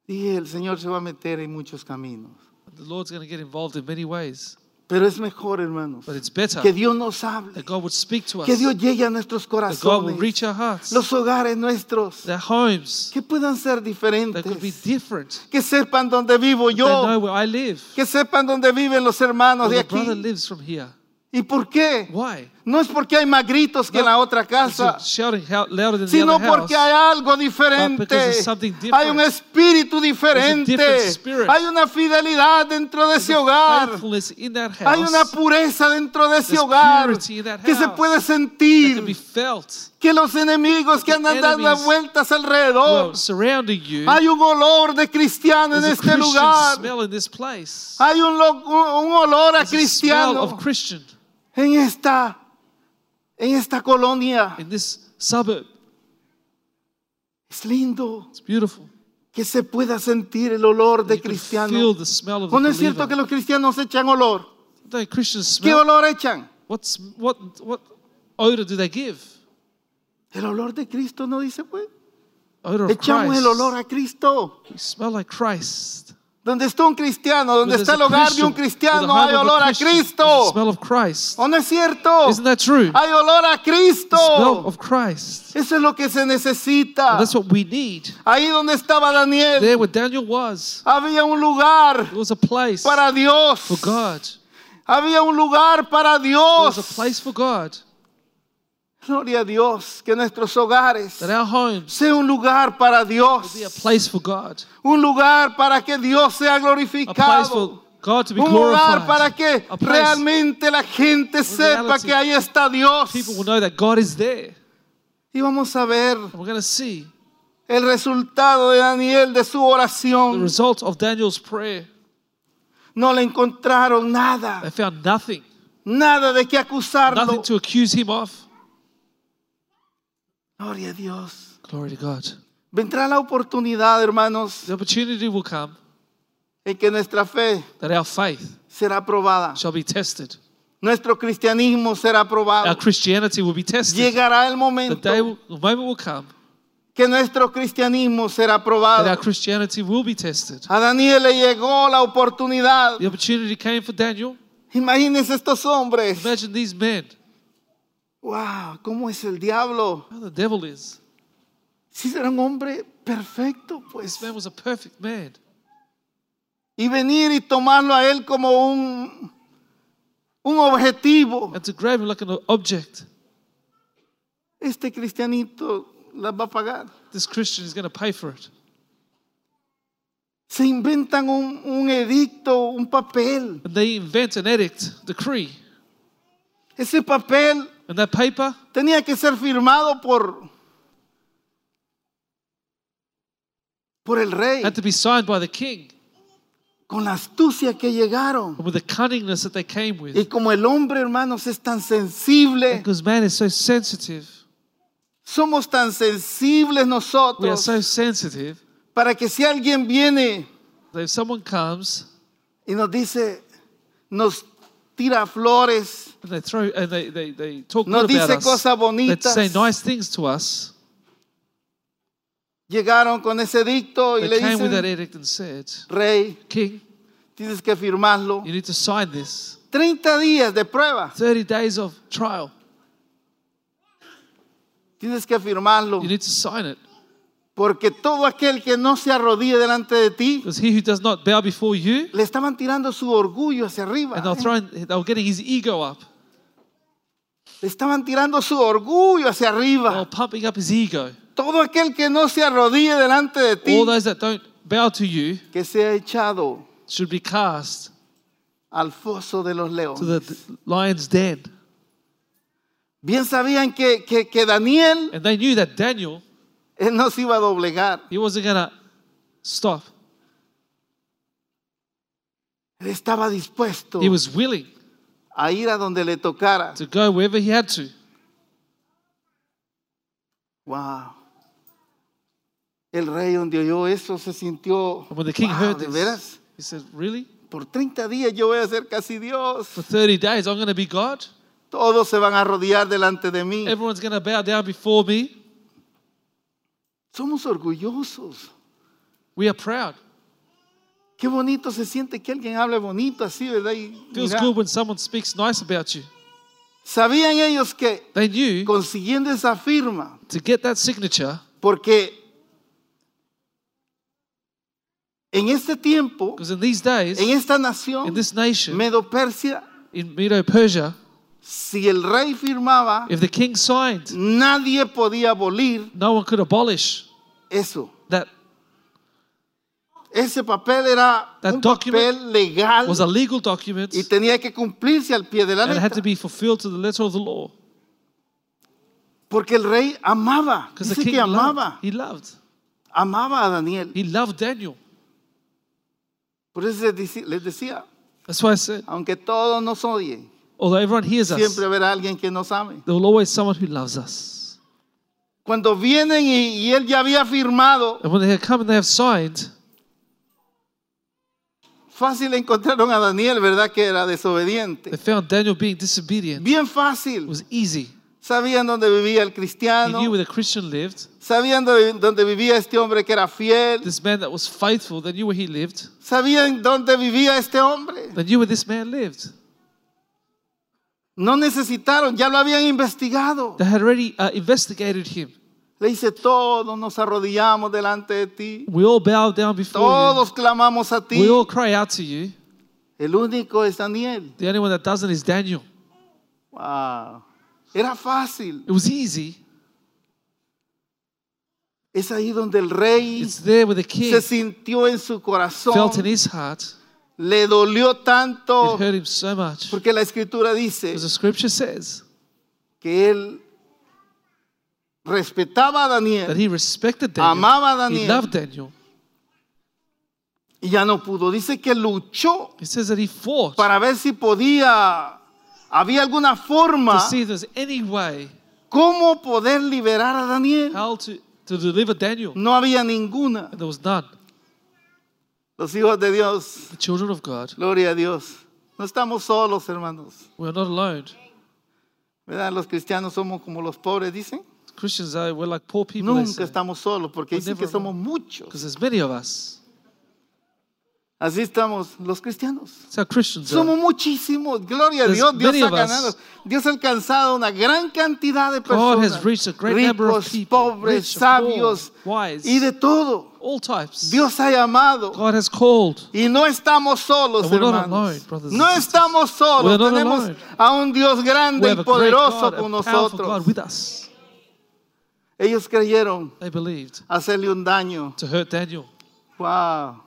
B: Y el Señor se va a meter en muchos caminos.
C: The Lord's going to get involved in many ways.
B: Pero es mejor, hermanos,
C: But it's better
B: que Dios nos hable,
C: that God would speak to us,
B: que Dios llegue a nuestros
C: that God will
B: corazones,
C: reach our hearts,
B: los hogares nuestros,
C: their homes,
B: que puedan ser
C: that could be
B: diferentes,
C: different.
B: que sepan dónde vivo
C: They know
B: yo,
C: where I live,
B: que sepan dónde viven los hermanos
C: where
B: de
C: my brother
B: aquí.
C: lives from here.
B: ¿Y por qué?
C: Why?
B: No es porque hay más gritos que en la otra
C: Because you're
B: casa,
C: shouting hou- louder than the
B: sino
C: other
B: porque hay
C: house.
B: algo
C: But
B: diferente.
C: because there's something different.
B: Hay un espíritu diferente.
C: different spirit.
B: Hay una fidelidad dentro de ese hogar.
C: Faithfulness in that
B: Hay una
C: house
B: pureza dentro de ese
C: There's
B: hogar
C: purity in that
B: que se
C: house.
B: puede
C: that can be
B: sentir
C: felt.
B: que los enemigos que
C: the
B: andan dando
C: enemies
B: vueltas
C: Well,
B: alrededor.
C: surrounding you,
B: Hay un olor de cristiano en
C: there's a
B: este
C: Christian
B: lugar.
C: smell in this place.
B: Hay un, lo- un- un olor a
C: There's a smell
B: cristiano
C: of Christian
B: en esta en esta colonia.
C: in this suburb.
B: Es lindo
C: It's beautiful.
B: que se pueda sentir el olor de
C: You can feel
B: cristiano.
C: the smell of
B: ¿O
C: the
B: no es cierto que
C: believer.
B: los cristianos echan olor?
C: Don't Christians
B: ¿Qué
C: smell?
B: olor echan?
C: What's, what, what odor do they give?
B: El olor de Cristo no dice pues.
C: Odor of
B: Echamos
C: Christ.
B: el olor a Cristo.
C: You smell like Christ.
B: Donde está un cristiano, donde
C: Where
B: está el
C: there's a
B: hogar de un
C: Christian, where the
B: cristiano,
C: home
B: hay
C: of a
B: olor a
C: Christian, there's the
B: Cristo. Oh.
C: smell of Christ.
B: ¿O no es cierto?
C: Isn't that true?
B: Hay olor a
C: The smell
B: Cristo.
C: of Christ.
B: Eso es lo que se necesita.
C: And that's what we need.
B: Ahí donde estaba Daniel,
C: There where Daniel was,
B: había un lugar
C: there was a place
B: para Dios.
C: for Oh, God.
B: Había un lugar para
C: There was a
B: Dios.
C: place for God.
B: Gloria a Dios, que nuestros hogares
C: That our homes
B: sea un lugar para Dios.
C: be a place for God.
B: Un lugar para que Dios sea
C: A place
B: glorificado.
C: for God to be
B: Un lugar
C: glorified.
B: para que
C: a place
B: realmente la gente sepa
C: reality.
B: que ahí está Dios.
C: people will know that God is there.
B: Y vamos a ver
C: And we're going to see
B: el resultado de Daniel de su
C: the
B: oración.
C: result of Daniel's prayer.
B: No le encontraron
C: They
B: nada,
C: found nothing,
B: nada de qué
C: nothing
B: acusarlo.
C: to accuse him of.
B: Gloria a Dios.
C: Glory to God.
B: Vendrá la oportunidad, hermanos,
C: The opportunity will come
B: en que nuestra fe
C: that our faith
B: será probada.
C: shall be tested.
B: Nuestro cristianismo será
C: Our
B: probado.
C: Christianity will be tested.
B: Llegará el
C: The
B: momento
C: day, will- the moment will come
B: que nuestro cristianismo será
C: that our
B: probado.
C: Christianity will be tested.
B: A Daniel le llegó la oportunidad
C: The opportunity came for Daniel
B: Imagínense estos hombres.
C: Imagine these men,
B: Wow, cómo es el diablo.
C: how the devil is.
B: Si era un hombre perfecto, pues.
C: This man was a perfect man.
B: Y venir y tomarlo a él como un, un objetivo.
C: And to grab him like an object,
B: Este cristianito las va a pagar.
C: this Christian is going to pay for it.
B: Se inventan un, un edicto, un papel.
C: And they invent an edict, decree.
B: Ese papel
C: And that paper
B: tenía que ser firmado por, por el rey.
C: had to be signed by the king.
B: Con la astucia que llegaron.
C: And with the cunningness that they came
B: Y
C: with.
B: como el hombre, hermanos, es tan sensible.
C: Because man is so sensitive.
B: Somos tan sensibles
C: We are
B: nosotros
C: so sensitive
B: para que si alguien viene
C: that if someone comes
B: y nos dice, nos tira flores,
C: and they throw and they, they, they talk
B: Nos
C: good about
B: dice
C: us,
B: cosas
C: they say
B: bonitas.
C: nice things to us,
B: llegaron con ese edicto y
C: they
B: le
C: came with that
B: dicen,
C: edict and said,
B: rey,
C: King,
B: tienes que firmarlo.
C: you need to sign this.
B: 30 días de prueba,
C: 30 days of trial.
B: tienes que firmarlo.
C: You need to sign it.
B: Porque todo aquel que no se arrodille delante de ti,
C: Because he who does not bow before you,
B: le estaban tirando su orgullo hacia arriba.
C: and they'll throw in, they'll getting his ego up.
B: Le estaban tirando su orgullo hacia
C: They'll
B: arriba.
C: pumping up his ego.
B: Todo aquel que no se arrodille delante de ti,
C: All those that don't bow to you
B: que sea echado
C: should be cast
B: al foso de los
C: to
B: leones.
C: the lion's den.
B: Bien sabían que, que, que Daniel
C: And they knew that Daniel,
B: él no se iba a doblegar.
C: he wasn't going to stop.
B: Él estaba dispuesto
C: He was willing
B: a ir a donde le tocara.
C: to go wherever he had to.
B: Wow. El rey donde oyó eso se sintió.
C: And when the king
B: "Wow,
C: heard
B: de
C: this,
B: veras,
C: he said, Really?
B: por 30 días yo voy a ser casi Dios.
C: For 30 days, I'm going to be God?
B: Todos se van a rodear delante de mí.
C: Everyone's going to bow down before me?
B: Somos orgullosos.
C: We are proud.
B: Qué bonito se siente que alguien hable bonito así, ¿verdad? Y
C: Feels
B: mira,
C: good when someone speaks nice about you.
B: Sabían ellos que
C: They knew
B: consiguiendo esa firma,
C: to get that signature,
B: Porque en este tiempo,
C: because in these days,
B: en esta nación,
C: in this nation,
B: Medo Persia,
C: in Medo Persia,
B: si el rey firmaba,
C: if the king signed,
B: nadie podía abolir
C: no one could abolish
B: eso.
C: that.
B: Ese papel era
C: That
B: un
C: document
B: papel legal
C: It was a legal document,
B: y
C: and
B: tenía que cumplirse al pie de la
C: it had to
B: letra.
C: be fulfilled to the letter of the law.
B: Porque el rey amaba,
C: Because the
B: dice
C: king
B: que
C: loved,
B: amaba,
C: he loved.
B: amaba a Daniel.
C: He loved Daniel.
B: Por eso les deci- les decía,
C: That's why I said,
B: aunque todos nos odien,
C: although everyone hears us,
B: siempre habrá alguien que nos ame.
C: there will always someone who loves us.
B: Cuando vienen y, y él ya había firmado,
C: And when they have come and they have signed,
B: fácil encontraron a Daniel, ¿verdad? Que era
C: they
B: desobediente.
C: found Daniel being disobedient.
B: Bien
C: It
B: fácil.
C: was easy.
B: Sabían dónde vivía el
C: Pues, He
B: cristiano,
C: knew where the Christian lived,
B: sabían dónde dónde vivía este hombre que era fiel,
C: this man that was faithful, they knew where he lived,
B: sabían dónde vivía este hombre.
C: they knew where this man lived.
B: No necesitaron, ya lo habían investigado.
C: They had already uh, investigated him.
B: Le dice, todos nos arrodillamos delante de ti,
C: We all bow down before
B: todos clamamos a
C: you. We
B: ti.
C: all cry out to you.
B: El único es Daniel.
C: The only one that doesn't is Daniel.
B: Wow. Era fácil.
C: It was easy.
B: Es ahí donde el rey
C: It's there where the king
B: se sintió en su corazón.
C: felt in his heart.
B: Le dolió tanto
C: It hurt him so much.
B: Oh, Porque la escritura dice
C: Because the scripture says
B: que él respetaba a
C: that
B: Daniel
C: he respected Daniel.
B: Amaba a
C: He
B: Daniel.
C: loved Daniel.
B: y ya no pudo. Dice que luchó
C: He says that he fought
B: para ver si podía, había alguna
C: to
B: forma,
C: see if there's any way
B: cómo poder liberar a Daniel.
C: how to, to deliver Daniel.
B: No había ninguna.
C: And there was none.
B: Los hijos de Dios,
C: The children of God,
B: gloria a Dios. No estamos solos, hermanos.
C: we're not alone.
B: ¿Verdad? Los cristianos somos como los pobres, dicen.
C: Christians are we're like poor people.
B: Nunca
C: Because
B: estamos solos, porque
C: We're
B: dicen que
C: never alone.
B: somos muchos.
C: there's many of us.
B: Así estamos los cristianos.
C: That's how Christians
B: Somos
C: are.
B: muchísimos, gloria a
C: There's
B: Dios. Dios
C: many
B: ha
C: of us.
B: ganado, Dios ha alcanzado una gran cantidad de
C: God
B: personas,
C: has reached a great number of
B: ricos,
C: people,
B: pobres,
C: rich, poor,
B: sabios
C: wise,
B: y de todo.
C: all types.
B: Dios ha llamado.
C: God has called.
B: Y no estamos solos,
C: And we're not alone,
B: hermanos.
C: brothers and
B: No
C: sisters.
B: estamos solos.
C: We're not
B: Tenemos
C: alone.
B: a un Dios
C: We
B: grande
C: have
B: y
C: a great
B: poderoso
C: God,
B: con
C: a powerful God
B: nosotros.
C: with us.
B: Ellos creyeron
C: They believed
B: hacerle un daño.
C: to hurt Daniel,
B: Wow.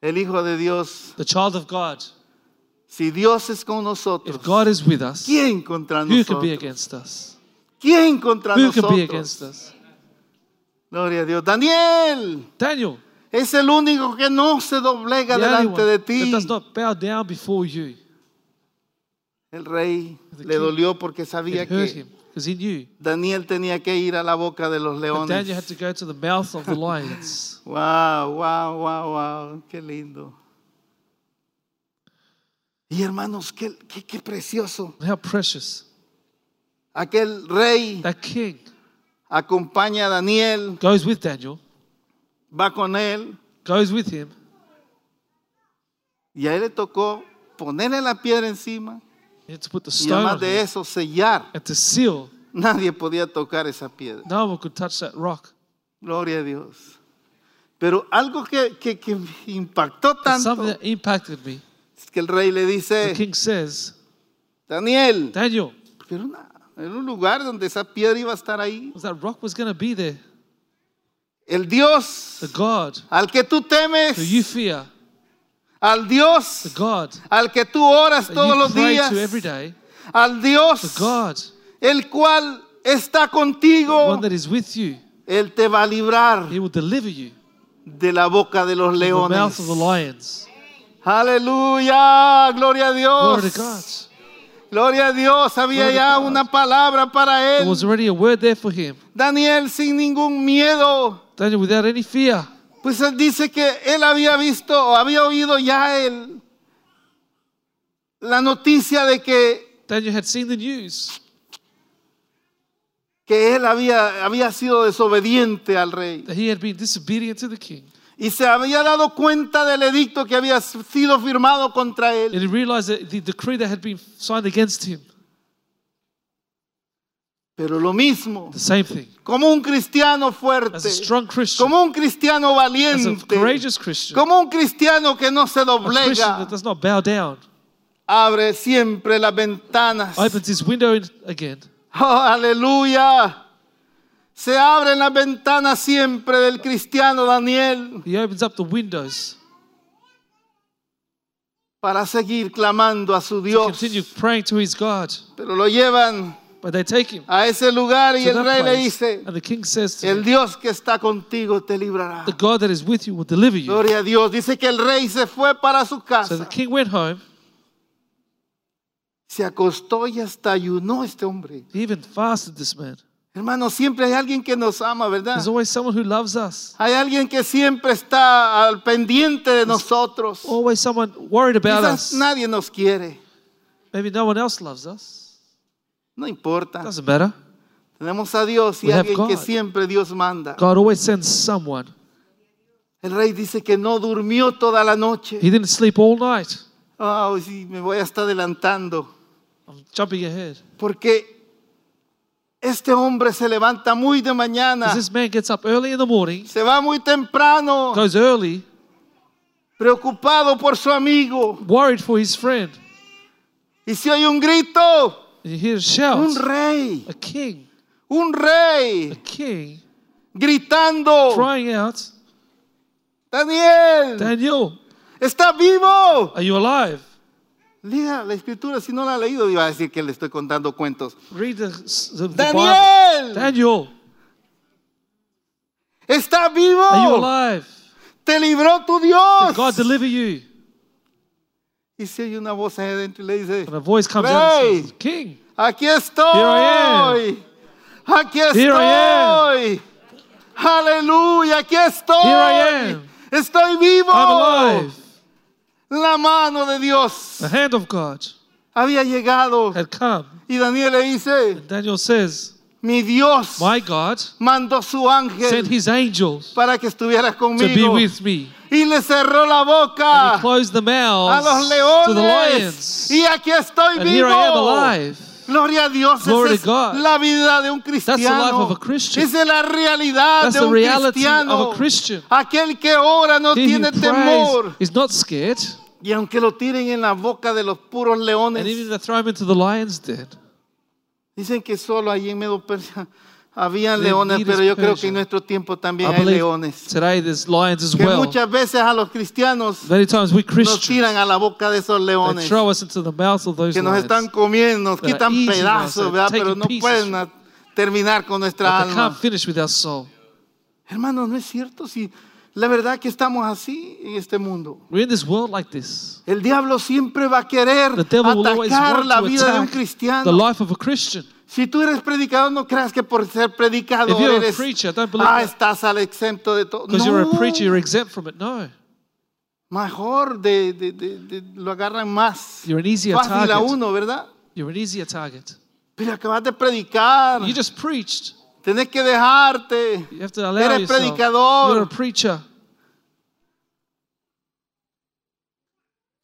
B: El Hijo de Dios.
C: the child of God.
B: Si Dios es con
C: If
B: nosotros,
C: God is with us,
B: ¿quién contra
C: who can be
B: nosotros?
C: against us?
B: ¿Quién contra
C: Who can be against
B: nosotros?
C: us?
B: Gloria a Dios. Daniel
C: Daniel,
B: es el único que no se doblega
C: the only
B: delante
C: one
B: de
C: that
B: ti.
C: does not bow down before you.
B: El rey
C: The
B: le
C: king.
B: dolió porque sabía
C: It hurt
B: que
C: him because he knew
B: Daniel tenía que ir a la boca de los
C: that Daniel
B: leones.
C: had to go to the mouth of the lions.
B: Wow, wow, wow, wow, qué lindo. Y hermanos, qué, qué, qué precioso.
C: How precious.
B: Aquel rey
C: That king
B: acompaña a Daniel,
C: goes with Daniel,
B: va con él,
C: goes with him,
B: y a él le tocó ponerle la piedra encima
C: he had to put the
B: y
C: stone
B: además
C: on
B: de
C: him,
B: eso sellar.
C: and to seal.
B: Nadie podía tocar esa piedra.
C: No one could touch that rock.
B: Gloria a Dios. Pero algo que, que, que me impactó
C: But something
B: tanto Eh.
C: that impacted me.
B: es que el rey le
C: The
B: dice,
C: king says,
B: Daniel,
C: Daniel,
B: porque era, una- era un lugar donde esa piedra iba a estar ahí.
C: was that rock was going to be there.
B: El Dios
C: The God
B: al que tú
C: who you
B: temes,
C: fear,
B: al
C: the
B: Dios
C: God
B: al que tú oras
C: that
B: todos
C: you
B: los
C: pray to
B: días,
C: every day,
B: al
C: the
B: Dios
C: God,
B: el cual está
C: the
B: contigo,
C: one that is with you,
B: Él te va a librar
C: he will deliver you
B: de la boca de los
C: from the mouth
B: leones.
C: of the lions.
B: Aleluya, gloria a
C: Glory to God.
B: Dios. Gloria a Dios, había
C: Gloria
B: ya
C: a God.
B: una palabra para
C: There
B: él.
C: was already a word there for him.
B: Daniel sin ningún miedo.
C: Daniel, without any fear,
B: Pues él dice que él había visto o había oído ya el, la noticia de que,
C: Daniel had seen the news
B: que él había, había sido desobediente al rey.
C: that he had been disobedient to the king.
B: Y se había dado cuenta del edicto que había sido firmado contra él.
C: And he realized that the decree that had been signed against him,
B: Pero lo mismo,
C: the same thing.
B: como un cristiano
C: As a
B: fuerte,
C: strong Christian,
B: como un cristiano
C: as a
B: valiente,
C: courageous Christian,
B: como un cristiano que no se
C: a Christian
B: doblega,
C: that does not bow down,
B: abre siempre las ventanas.
C: opens his window in- again.
B: Oh, aleluya. Se abren las ventanas siempre del cristiano Daniel
C: He opens up the windows
B: para seguir clamando a su
C: to
B: Dios.
C: continue praying to his God.
B: Pero lo llevan
C: But they take him
B: a ese lugar y
C: to
B: el
C: that
B: rey le
C: place,
B: dice,
C: and the king says to
B: el
C: him,
B: Dios que está contigo te librará.
C: the God that is with you will deliver you.
B: Gloria a Dios. Dice que el rey se fue para su
C: So the
B: casa.
C: king went home.
B: Se acostó y hasta ayunó este hombre.
C: He even fasted this man.
B: Hermano, siempre hay alguien que nos ama, ¿verdad?
C: There's always someone who loves us.
B: Hay alguien que siempre está al pendiente de nosotros.
C: Always someone worried about
B: Quizás
C: us.
B: nadie nos quiere.
C: Maybe no one else loves us.
B: No importa.
C: Doesn't matter.
B: Tenemos a Dios y
C: We have
B: alguien que
C: God.
B: siempre Dios manda.
C: God always sends someone.
B: El rey dice que no durmió toda la noche.
C: He didn't sleep all night.
B: Ah, sí, me voy a estar adelantando.
C: I'm jumping ahead.
B: Porque este hombre se levanta muy de mañana.
C: 'Cause this man gets up early in the morning,
B: Se va muy temprano,
C: goes early,
B: preocupado por su amigo.
C: worried for his friend.
B: Y si oye un grito,
C: And you hear a shout.
B: un rey,
C: A king.
B: un
C: A
B: rey,
C: king
B: gritando,
C: crying out,
B: Daniel,
C: Daniel,
B: está vivo.
C: are you alive?
B: Lea la escritura, si no la ha leído, iba a decir que le estoy contando cuentos.
C: Read the, the, the
B: Daniel!
C: Bible. Daniel,
B: Está
C: are you
B: vivo.
C: alive?
B: Te libró tu
C: Did God
B: Dios.
C: deliver you?
B: Y si oye una voz ahí adentro y le dice,
C: And a voice comes out
B: Hey!
C: and says, King,
B: aquí estoy. Aquí
C: I am.
B: estoy. Aleluya, aquí
C: Here I
B: estoy.
C: am.
B: Estoy vivo.
C: I'm alive.
B: La mano de Dios
C: The hand of God
B: había llegado.
C: had come.
B: Y Daniel le dice,
C: Daniel says,
B: mi Dios
C: My God
B: mandó su
C: sent
B: ángel
C: his angels
B: para que estuvieras
C: to be
B: conmigo.
C: with me.
B: y le cerró la
C: And
B: boca
C: he closed the
B: a
C: mouths
B: los
C: to the
B: leones.
C: lions.
B: Y aquí estoy
C: And here I am
B: vivo.
C: alive.
B: Gloria a Dios, esa
C: Glory
B: es
C: to God.
B: la vida de un
C: life of
B: cristiano.
C: a Christian.
B: Esa es la realidad
C: That's
B: de
C: the
B: un
C: reality
B: cristiano.
C: of a Christian.
B: Aquel que ora no
C: He
B: tiene
C: who
B: temor.
C: prays is not scared.
B: Y aunque lo tiren en la boca de los puros
C: And even
B: leones,
C: if they throw him into the lion's den,
B: dicen que solo allí en Medo Persia (laughs) habían
C: They
B: leones,
C: need
B: pero
C: is
B: yo creo
C: Persia.
B: que en nuestro tiempo también
C: I
B: hay
C: believe
B: leones.
C: today there's lions as
B: Que
C: well.
B: muchas veces a los cristianos
C: Many times we
B: nos
C: Christians,
B: tiran a la boca de esos
C: they
B: leones
C: throw us into the mouth of those
B: que nos
C: lions.
B: están comiendo, nos
C: that are
B: quitan
C: eating us,
B: pedazos,
C: they're
B: ¿verdad? Pero
C: taking
B: no
C: pieces.
B: pueden a- terminar con nuestra
C: But they can't
B: alma.
C: finish with our soul.
B: Hermano, no es cierto si la verdad que estamos así en este mundo.
C: We're in this world like this.
B: El diablo siempre va a querer
C: The devil will always
B: atacar
C: want
B: la
C: to
B: vida de un
C: attack the
B: cristiano.
C: life of a Christian.
B: Si tú eres predicador, no creas que por ser predicador
C: If you're a
B: eres,
C: preacher, don't believe
B: ah,
C: that.
B: estás al exento de todo.
C: Because you're a preacher,
B: No,
C: you're exempt from it. No.
B: mejor de, de- de- de- lo agarran más
C: You're an easier
B: fácil a
C: target.
B: uno, ¿verdad?
C: You're an easier target.
B: Pero acabas de predicar.
C: You just preached.
B: Tenés que dejarte.
C: You have to allow
B: Eres
C: yourself.
B: predicador.
C: You're a preacher.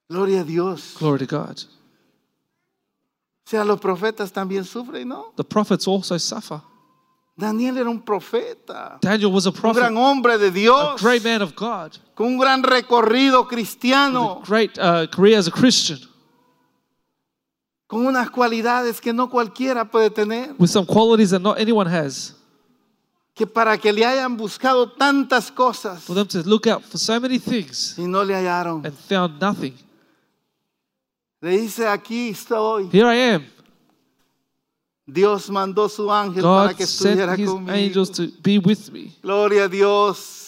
B: Gloria a Dios.
C: Glory to God.
B: O sea, los profetas también sufren, ¿no?
C: The prophets also suffer.
B: Daniel era un profeta,
C: Daniel was a
B: un gran
C: prophet,
B: hombre de
C: a
B: Dios,
C: great man of God,
B: con un gran recorrido cristiano,
C: with a great uh, career as a Christian,
B: con unas cualidades que no cualquiera puede tener.
C: with some qualities that not anyone has.
B: Que para que le hayan buscado tantas cosas
C: For them to look out for so many things
B: y no le hallaron.
C: and found nothing.
B: Le dice, aquí estoy.
C: Here I am.
B: Dios mandó su ángel para
C: God
B: que estuviera
C: sent his
B: conmigo.
C: angels to be with me.
B: Gloria a Dios.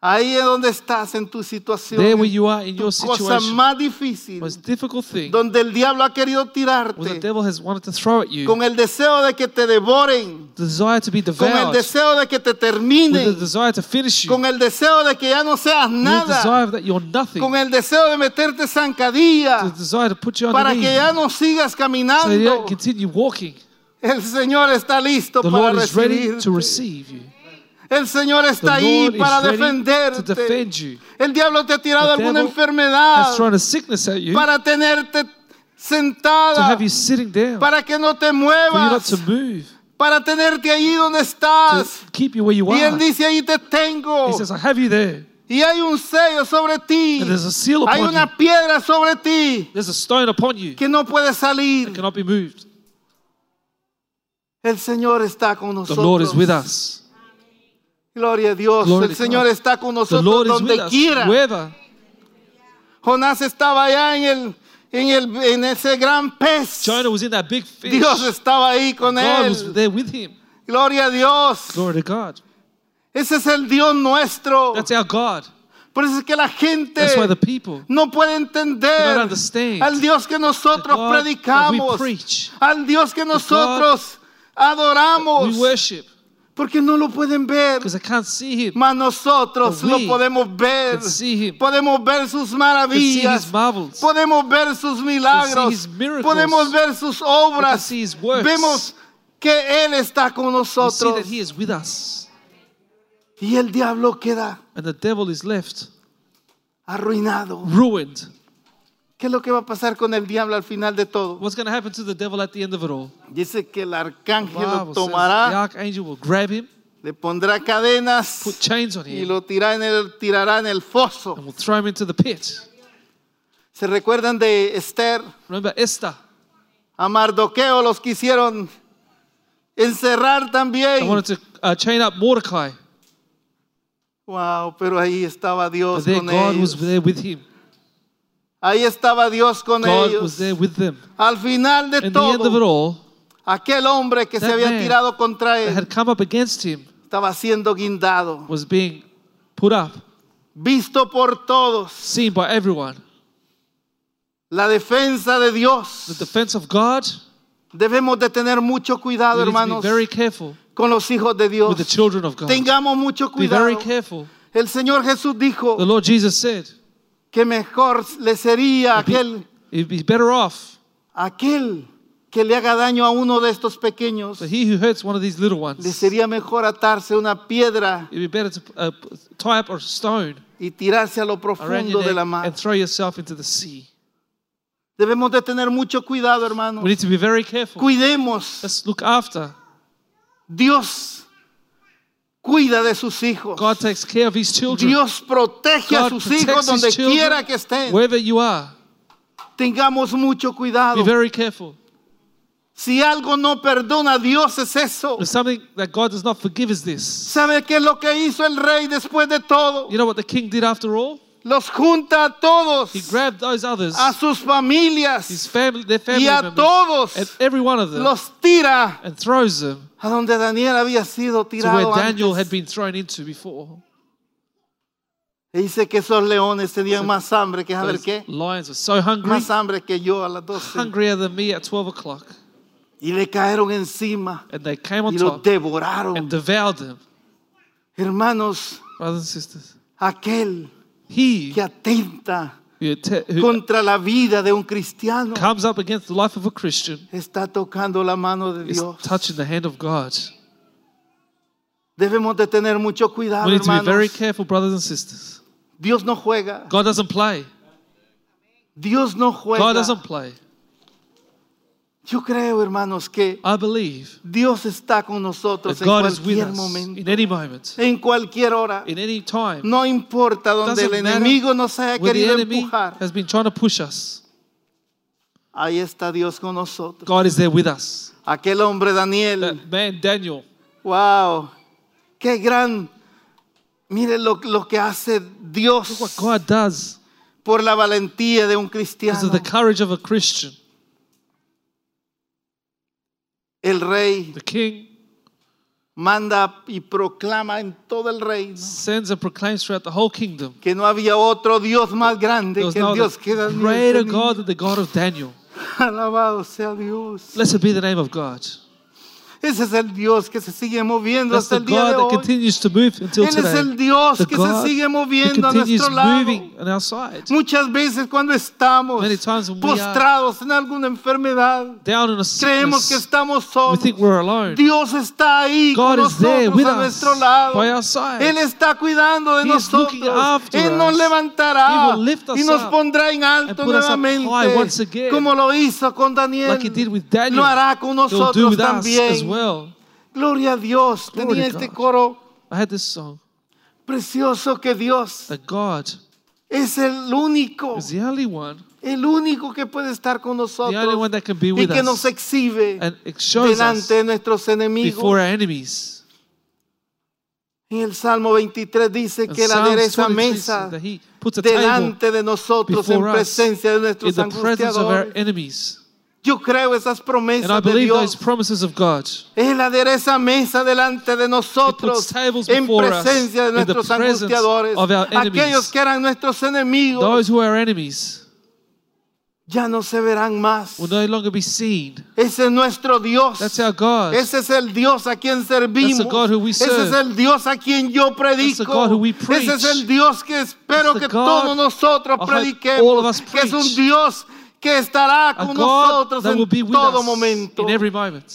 B: Ahí es donde estás en tu situación.
C: There where you are in your
B: tu cosa
C: situation,
B: más difícil,
C: most difficult thing,
B: donde el diablo ha querido
C: where the
B: tirarte,
C: devil has wanted to throw at you,
B: con el deseo de que te devoren,
C: the desire to be
B: con el
C: devoured, with
B: deseo de que te
C: the
B: terminen,
C: desire to finish you,
B: con el deseo de que ya no seas
C: with the
B: nada,
C: desire that you're nothing,
B: con el deseo de meterte
C: the
B: zancadilla
C: desire to put you on
B: para
C: the
B: que
C: knee,
B: ya no sigas
C: so you
B: caminando.
C: don't continue walking.
B: El Señor está listo
C: The
B: para
C: Lord is ready to
B: recibir.
C: receive you.
B: El Señor está
C: The
B: ahí
C: Lord is
B: para
C: ready to
B: defenderte.
C: defend you.
B: El diablo te ha tirado
C: The
B: alguna
C: devil
B: enfermedad
C: Has thrown a sickness at you to
B: Ah, para tenerte sentada,
C: have you sitting down, for
B: para que no te
C: you not
B: muevas,
C: to move,
B: para tenerte allí donde
C: to
B: estás.
C: keep you where you
B: Y él
C: are. He
B: dice, ahí te tengo.
C: says, I have you there.
B: Y hay un sello sobre ti.
C: And there's a seal
B: Hay
C: upon you.
B: una piedra sobre ti
C: There's a stone upon you
B: que no puede
C: that
B: salir.
C: cannot be moved.
B: El Señor está con
C: The Lord is with
B: nosotros.
C: us.
B: Gloria a Dios.
C: Glory
B: El
C: to
B: Señor
C: God.
B: está con
C: The
B: nosotros
C: Lord is with
B: donde
C: us.
B: quiera.
C: Wherever
B: Jonás estaba allá en el en el en ese gran pez.
C: Jonah was in that big fish,
B: Dios estaba ahí con
C: God was
B: él.
C: there with him.
B: Gloria a Dios.
C: Glory to God.
B: Ese es el Dios nuestro.
C: That's our God.
B: Por eso es que la gente
C: That's why the people
B: no puede entender
C: cannot understand
B: al Dios que nosotros
C: God that we
B: predicamos,
C: preach,
B: al Dios que nosotros adoramos,
C: we worship
B: porque no lo pueden ver.
C: because I can't see him.
B: Mas nosotros
C: But
B: lo
C: we
B: podemos ver.
C: can see him.
B: Podemos ver sus
C: can see
B: maravillas.
C: his marvels.
B: Podemos ver sus milagros.
C: his miracles.
B: Podemos ver sus
C: We can
B: obras.
C: see his works.
B: Vemos que Él está con
C: We see
B: nosotros.
C: that he is with us.
B: Y el diablo queda
C: And the devil is left
B: arruinado.
C: ruined.
B: ¿Qué es lo que va a pasar con el diablo al final de todo?
C: What's going to happen to the devil at the end of it all?
B: Dice que el
C: The
B: arcángel
C: Bible
B: lo
C: says the
B: tomará,
C: archangel will grab him,
B: le pondrá cadenas
C: put chains on
B: y
C: him,
B: lo tirará en el, tirará en el foso.
C: and will throw him into the pit.
B: ¿Se recuerdan de Esther?
C: Remember Esther
B: A Mardoqueo los quisieron encerrar
C: I
B: también.
C: wanted to uh, chain up Mordecai,
B: Wow, pero ahí estaba
C: but
B: Dios
C: there
B: con
C: God was
B: ellos.
C: there with him.
B: Ahí estaba Dios con
C: God was
B: ellos.
C: there with them.
B: Al final de
C: In the end of it
B: todo,
C: all,
B: aquel hombre que se
C: that
B: había
C: man
B: tirado contra
C: that
B: él
C: had come up against him
B: estaba siendo guindado,
C: was being put up,
B: visto por todos.
C: seen by everyone.
B: La defensa de
C: The
B: Dios.
C: defense of God,
B: Debemos de tener mucho cuidado,
C: we need to be
B: hermanos,
C: very careful
B: con los hijos de
C: with the
B: Dios.
C: children of God.
B: Tengamos mucho
C: Be
B: cuidado.
C: very careful.
B: El Señor Jesús dijo
C: The Lord Jesus said,
B: que mejor le sería
C: be-
B: aquel
C: you'd be better off
B: aquel que le haga daño a uno de estos pequeños,
C: But he who hurts one of these little
B: le
C: ones,
B: sería mejor atarse una piedra
C: it'd be better to uh, tie up a stone
B: y tirarse a lo
C: around
B: profundo
C: your
B: de la
C: neck
B: mar.
C: and throw yourself into the sea.
B: Debemos de tener mucho cuidado, hermanos.
C: We need to be very careful.
B: Cuidemos.
C: Let's look after.
B: Dios cuida de sus hijos.
C: God takes care of his children.
B: Dios protege a
C: God
B: sus hijos
C: protects
B: donde
C: his
B: quiera que
C: children.
B: estén.
C: Wherever you are,
B: Tengamos mucho
C: be
B: cuidado.
C: very careful.
B: Si algo no perdona a Dios es eso.
C: There's something that God does not forgive is this.
B: ¿Sabe qué es lo que hizo el rey después de todo?
C: You know what the king did after all?
B: Los junta a todos,
C: He grabbed those others,
B: a sus familias
C: his family, their family
B: y a
C: members,
B: todos
C: and every one of them,
B: los tira
C: and throws them
B: a donde Daniel había sido
C: to where
B: tirado
C: Daniel had
B: antes.
C: been thrown into before.
B: Y dice que esos leones tenían más hambre que saber
C: Those
B: qué,
C: lions were so hungry,
B: más hambre que yo a las 12
C: hungrier than me at 12 o'clock,
B: y le cayeron encima
C: and they came on
B: y los
C: top
B: devoraron.
C: and devoured them.
B: Hermanos,
C: Brothers and sisters,
B: aquel
C: he
B: que atenta
C: who te- who
B: contra la vida de un cristiano
C: comes up against the life of a Christian
B: está tocando la mano de
C: is
B: Dios.
C: touching the hand of God.
B: Debemos de tener mucho cuidado,
C: We need to be very
B: hermanos.
C: careful, brothers and sisters.
B: Dios no juega.
C: God doesn't play.
B: Dios no
C: God
B: juega.
C: doesn't play.
B: Yo creo, hermanos, que
C: I believe
B: Dios está con
C: that
B: nosotros en
C: God is with
B: cualquier
C: us
B: momento,
C: in any moment,
B: en cualquier hora.
C: in any time.
B: No importa donde el
C: Doesn't matter
B: enemigo nos haya
C: Where the
B: querido
C: enemy
B: empujar.
C: has been trying to push us,
B: Ahí está Dios con nosotros.
C: God is there with us.
B: Aquel hombre Daniel,
C: That man, Daniel,
B: wow, qué gran. Mire lo, lo que hace Dios
C: what God does
B: por la valentía de un
C: is
B: cristiano.
C: of the courage of a Christian.
B: El rey
C: The king
B: manda y proclama en todo el reino
C: sends and proclaims throughout the whole kingdom.
B: que no había otro Dios más
C: There
B: grande
C: was
B: que el
C: no
B: Dios que
C: other
B: Daniel
C: greater
B: tenía.
C: God than the God of Daniel.
B: (laughs) Alabado sea Dios.
C: Blessed be the name of God.
B: Ese es el Dios que se sigue moviendo
C: That's
B: hasta
C: the
B: el día de
C: God that
B: hoy.
C: continues to move until
B: Él es el
C: today.
B: Dios
C: The
B: que se
C: God
B: sigue
C: who
B: moviendo a
C: continues
B: nuestro lado.
C: moving on our side.
B: Muchas veces cuando estamos
C: Many times when we are
B: postrados en alguna enfermedad,
C: Down in a
B: creemos que
C: sickness,
B: estamos
C: we
B: solos.
C: think we're alone.
B: Dios está ahí con
C: God is there
B: nosotros,
C: with
B: a
C: us,
B: nuestro lado.
C: by our side.
B: Él está cuidando de
C: He is
B: nosotros.
C: looking after
B: Él nos
C: us.
B: levantará
C: He will lift us
B: y nos
C: up
B: pondrá en alto
C: and put us up high once
B: nuevamente,
C: again,
B: como lo hizo con Daniel.
C: Like he did with Daniel.
B: Lo hará con
C: He'll do
B: nosotros
C: with us as
B: también.
C: well.
B: Gloria a Dios.
C: Glory
B: Tenía
C: to
B: este
C: God.
B: coro
C: I had this song
B: precioso que Dios
C: that God
B: es el único,
C: is the only one
B: el único que puede estar con
C: only
B: nosotros
C: one that can be
B: y
C: with
B: que
C: us.
B: nos exhibe
C: and it shows us
B: delante de nuestros
C: before
B: enemigos.
C: our enemies.
B: En el Salmo 23 dice
C: And
B: que él
C: Psalms
B: adereza
C: 23
B: mesas
C: says that he puts a table
B: delante de nosotros en
C: before us in
B: presencia de nuestros
C: the presence of our
B: angustiadores.
C: enemies.
B: Yo creo esas
C: And I
B: promesas de
C: believe those
B: Dios.
C: promises of God.
B: Él adereza mesa delante de nosotros
C: puts tables
B: en
C: before us
B: presencia de
C: in the
B: nuestros
C: presence
B: angustiadores.
C: of our enemies.
B: Aquellos que eran nuestros enemigos
C: Those who are our enemies
B: ya no se verán más.
C: will no longer be seen.
B: Ese es nuestro Dios.
C: That's our God.
B: Ese es el Dios a quien servimos.
C: That's the God who we
B: Ese es
C: serve.
B: el Dios a quien yo predico.
C: God who we preach.
B: Ese es el Dios que espero
C: That's
B: que
C: the God
B: todos nosotros
C: I hope all of
B: prediquemos.
C: us
B: Que es un
C: preach.
B: Dios que estará
C: A
B: con
C: God
B: nosotros
C: that will be
B: en
C: with
B: todo
C: us
B: momento.
C: in every moment.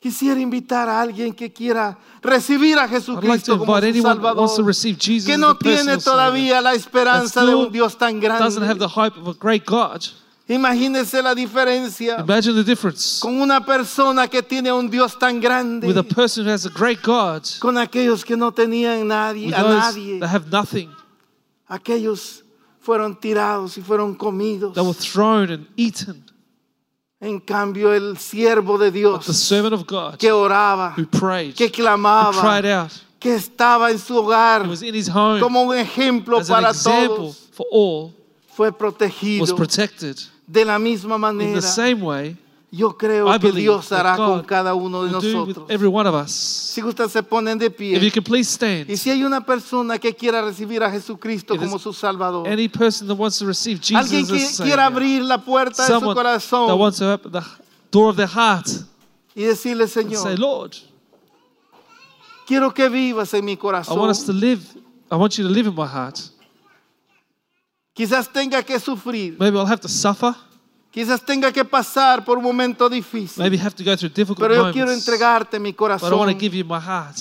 B: Quisiera invitar a alguien que quiera recibir a
C: I'd like to
B: Jesucristo como
C: invite
B: su
C: anyone who wants to
B: Salvador.
C: receive Jesus
B: Que
C: as
B: no
C: the
B: tiene
C: personal Savior.
B: todavía la esperanza de
C: still
B: un Dios tan
C: Doesn't
B: grande.
C: have the hype of a great God.
B: Imagínense la diferencia
C: Imagine the difference
B: con una persona que tiene un Dios tan grande.
C: with a person who has a great God,
B: con aquellos que no tenían nadie,
C: with
B: a
C: those
B: nadie.
C: that have nothing,
B: Aquellos fueron tirados y fueron comidos.
C: that were thrown and eaten.
B: En cambio, el siervo de
C: The
B: Dios
C: servant of God
B: que oraba,
C: who prayed,
B: que
C: who cried
B: clamaba,
C: out,
B: que estaba en su hogar
C: who was in his home
B: como un ejemplo
C: as an
B: para
C: example
B: todos,
C: for all,
B: fue
C: was
B: protegido
C: protected.
B: de la misma
C: In the
B: manera.
C: same way,
B: Yo creo
C: I
B: que
C: believe
B: Dios
C: that
B: hará con
C: God
B: cada uno de
C: will do with
B: nosotros.
C: every one of us.
B: Si ustedes se ponen de
C: If you
B: pie,
C: can please
B: y
C: stand,
B: si hay una persona que quiera recibir a Jesucristo
C: If there's
B: como su Salvador,
C: any person that wants to receive Jesus
B: Alguien
C: as
B: que
C: Savior,
B: quiera abrir la puerta de su
C: someone that
B: corazón
C: wants to open the door of their heart
B: y decirle,
C: and say,
B: Señor,
C: Lord,
B: quiero que vivas en mi
C: I want
B: corazón.
C: us to live. I want you to live in my heart.
B: Quizás tenga que sufrir,
C: Maybe I'll have to suffer.
B: Quizás tenga que pasar por un momento difícil,
C: Maybe you have to go through difficult
B: pero yo quiero
C: moments. But
B: entregarte mi
C: I want to
B: corazón.
C: give you my heart.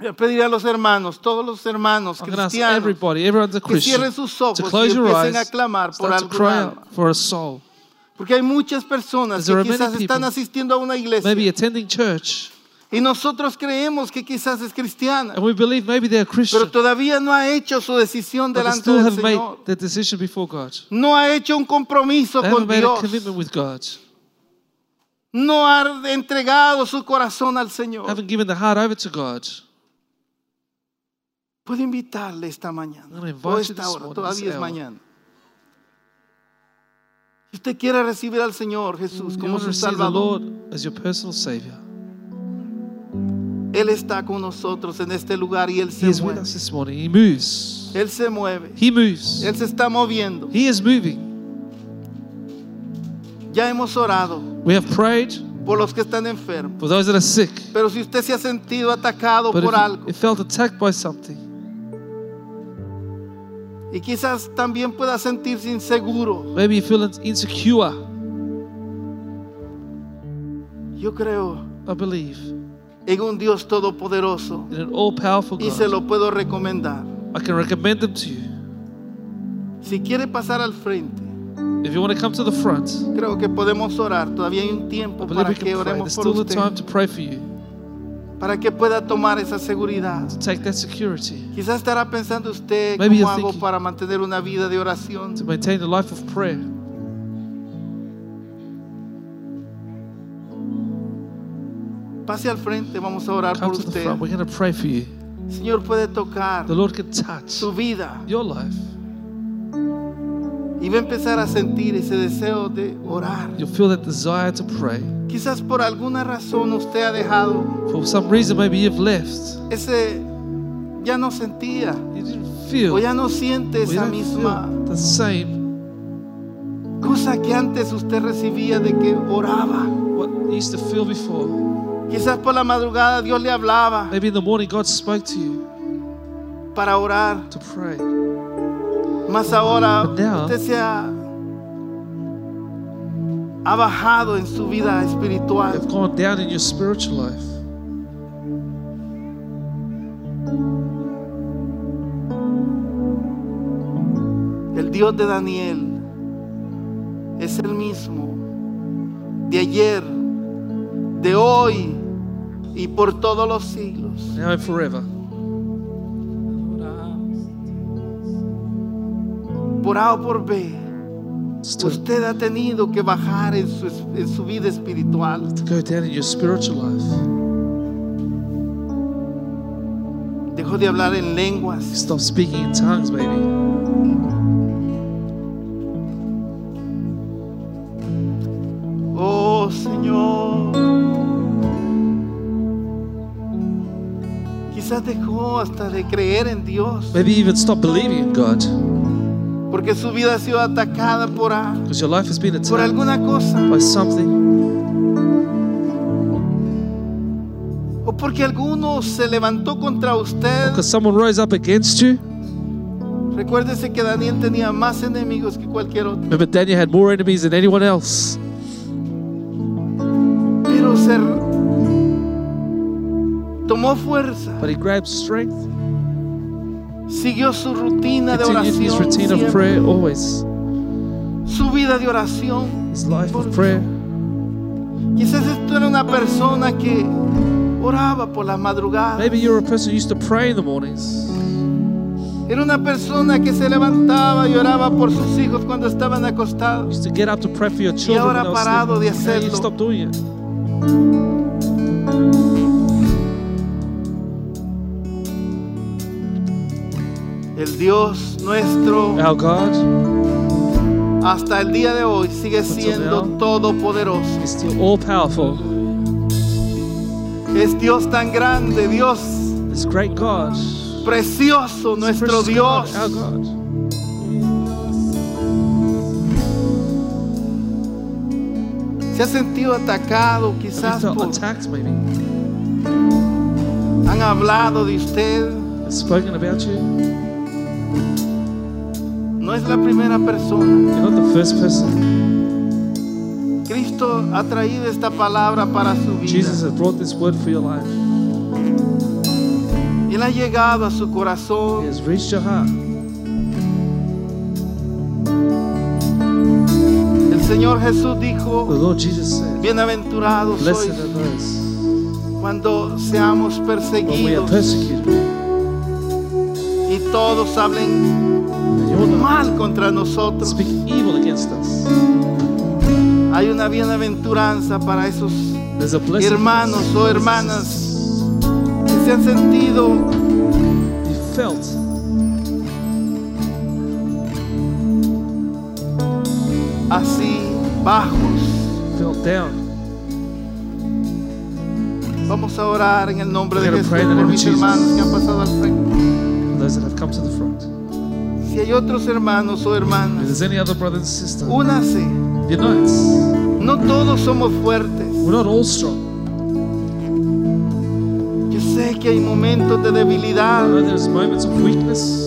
B: Yo pediré a los hermanos, todos los hermanos
C: I'm going to ask
B: cristianos,
C: everybody, everyone's a
B: que
C: Christian,
B: cierren sus ojos
C: to
B: y
C: close your
B: empiecen a
C: eyes,
B: clamar por
C: start to cry
B: alguna alma.
C: out for a soul.
B: Porque hay muchas personas
C: There
B: que
C: are many
B: quizás están
C: people,
B: asistiendo a una iglesia
C: Maybe attending church,
B: y nosotros creemos que quizás es cristiana,
C: and we believe maybe they're a Christian,
B: pero todavía no ha hecho su decisión
C: but they
B: delante
C: still
B: del
C: haven't made
B: Señor.
C: the decision before God.
B: No ha hecho un compromiso
C: They
B: con
C: haven't made a
B: Dios.
C: commitment with God,
B: No ha entregado su corazón al Señor.
C: haven't given the heart over to God.
B: Puedo invitarle esta
C: I'm gonna
B: mañana.
C: invite
B: O
C: you
B: esta
C: this
B: hora,
C: morning,
B: todavía
C: this
B: es
C: hour.
B: mañana. Si usted quiere recibir al Señor Jesús
C: Mm, You
B: como
C: want to
B: su
C: receive the
B: Salvador,
C: Lord as your personal Savior.
B: Él está con nosotros en este lugar y Él
C: He
B: se
C: is with
B: mueve.
C: us this morning. He moves.
B: Él se mueve.
C: He moves.
B: Él se está moviendo.
C: He is moving.
B: Ya hemos orado
C: We have prayed
B: por los que están enfermos.
C: for those that are sick,
B: Pero si usted se ha sentido atacado
C: but
B: por algo
C: if you felt attacked by something,
B: y quizás también pueda sentirse inseguro,
C: maybe you feel insecure.
B: yo creo
C: I believe in
B: en un Dios todopoderoso
C: an all-powerful
B: y se
C: God.
B: lo puedo recomendar.
C: I can recommend them to you.
B: Si quiere pasar al frente,
C: If you want to come to the front,
B: creo que podemos orar. Todavía hay un
C: I
B: tiempo
C: believe
B: para
C: we
B: que
C: can pray. There's
B: oremos por
C: still the
B: usted,
C: time to pray for you,
B: para que pueda tomar esa seguridad.
C: to take that security,
B: Quizás estará pensando usted
C: Maybe
B: cómo
C: you're
B: hago
C: thinking-
B: para mantener una vida de oración.
C: to maintain the life of prayer.
B: Pase al frente, vamos a orar
C: Come
B: por
C: to the
B: usted.
C: front. We're going to pray for you.
B: Señor puede tocar
C: The Lord can touch
B: su vida
C: your life.
B: y va a empezar a sentir ese deseo de orar.
C: You'll feel that desire to pray.
B: Quizás por alguna razón usted ha dejado
C: For some reason, maybe you've left.
B: ese, ya no sentía
C: You didn't feel.
B: o ya no siente
C: or you
B: esa
C: don't
B: misma
C: feel the same.
B: cosa que antes usted recibía de que oraba.
C: What you used to feel before.
B: Quizás por la madrugada Dios le hablaba
C: Maybe in the morning God spoke to you
B: para orar,
C: to pray.
B: mas ahora
C: But now-
B: usted se ha, ha bajado en su vida espiritual.
C: You've gone down in your spiritual life.
B: El Dios de Daniel es el mismo de ayer, de hoy y por todos los siglos.
C: Now and forever.
B: Por A o por B,
C: Still.
B: Pues usted ha tenido que bajar en su, en su vida espiritual.
C: Go down in your spiritual life.
B: Dejó de hablar en lenguas,
C: Stop speaking in tongues, maybe.
B: Oh Señor. Quizás dejó hasta de creer en Dios,
C: Maybe even stop believing in God
B: porque su vida ha sido atacada por, a-
C: because your life has been
B: por
C: attacked
B: alguna cosa,
C: by something,
B: o porque alguno se levantó contra usted.
C: because someone rose up against you.
B: Recuérdese que Daniel tenía más enemigos que cualquier otro,
C: Remember, Daniel had more enemies than anyone else,
B: pero se tomó fuerza,
C: but he grabbed strength,
B: siguió su rutina de
C: continued his
B: oración,
C: routine of
B: siempre,
C: prayer always,
B: su vida de oración.
C: his life of prayer.
B: Quizás esto era una persona que oraba por las madrugadas,
C: Maybe you're a person who used to pray in the mornings.
B: era una persona que se levantaba y oraba por sus hijos cuando estaban acostados.
C: Used to get up to pray for your children.
B: ahora
C: when they were
B: parado de
C: sleeping. Now
B: hacerlo.
C: you've stopped doing it.
B: El Dios nuestro
C: Our God
B: hasta el día de hoy sigue siendo
C: now.
B: todopoderoso.
C: is still all powerful.
B: Es Dios tan grande, Dios
C: This great God,
B: precioso
C: this
B: nuestro
C: precious
B: Dios.
C: God, our God.
B: Se ha sentido atacado
C: Have you
B: quizás
C: felt
B: por-
C: attacked maybe?
B: han hablado de usted.
C: It's spoken about you?
B: No es la primera persona.
C: You're not the first person.
B: Cristo ha traído esta palabra para su
C: Jesus
B: vida.
C: has brought this word for your life.
B: Él ha llegado a su
C: He
B: corazón.
C: has reached your heart.
B: El Señor Jesús
C: The
B: dijo,
C: Lord Jesus said,
B: bienaventurados
C: Blessed
B: sois
C: are those
B: cuando seamos
C: when we
B: perseguidos
C: are persecuted
B: y todos hablen
C: and your God
B: mal contra nosotros.
C: speak evil against us.
B: Hay una bienaventuranza para esos
C: There's a blessing.
B: Hermanos o hermanas. que se han sentido
C: You felt
B: así bajos.
C: felt down.
B: Vamos a orar en el nombre de
C: We're gonna
B: Jesús
C: pray in the
B: por
C: name of
B: mis
C: Jesus.
B: hermanos que han pasado al frente.
C: Those that have come to the front.
B: Si hay otros hermanos o
C: If
B: hermanas,
C: there's any other brother and sister,
B: únase.
C: unites.
B: No todos somos fuertes.
C: We're not all strong.
B: Yo sé que hay momentos de
C: I
B: debilidad.
C: know there's moments of weakness.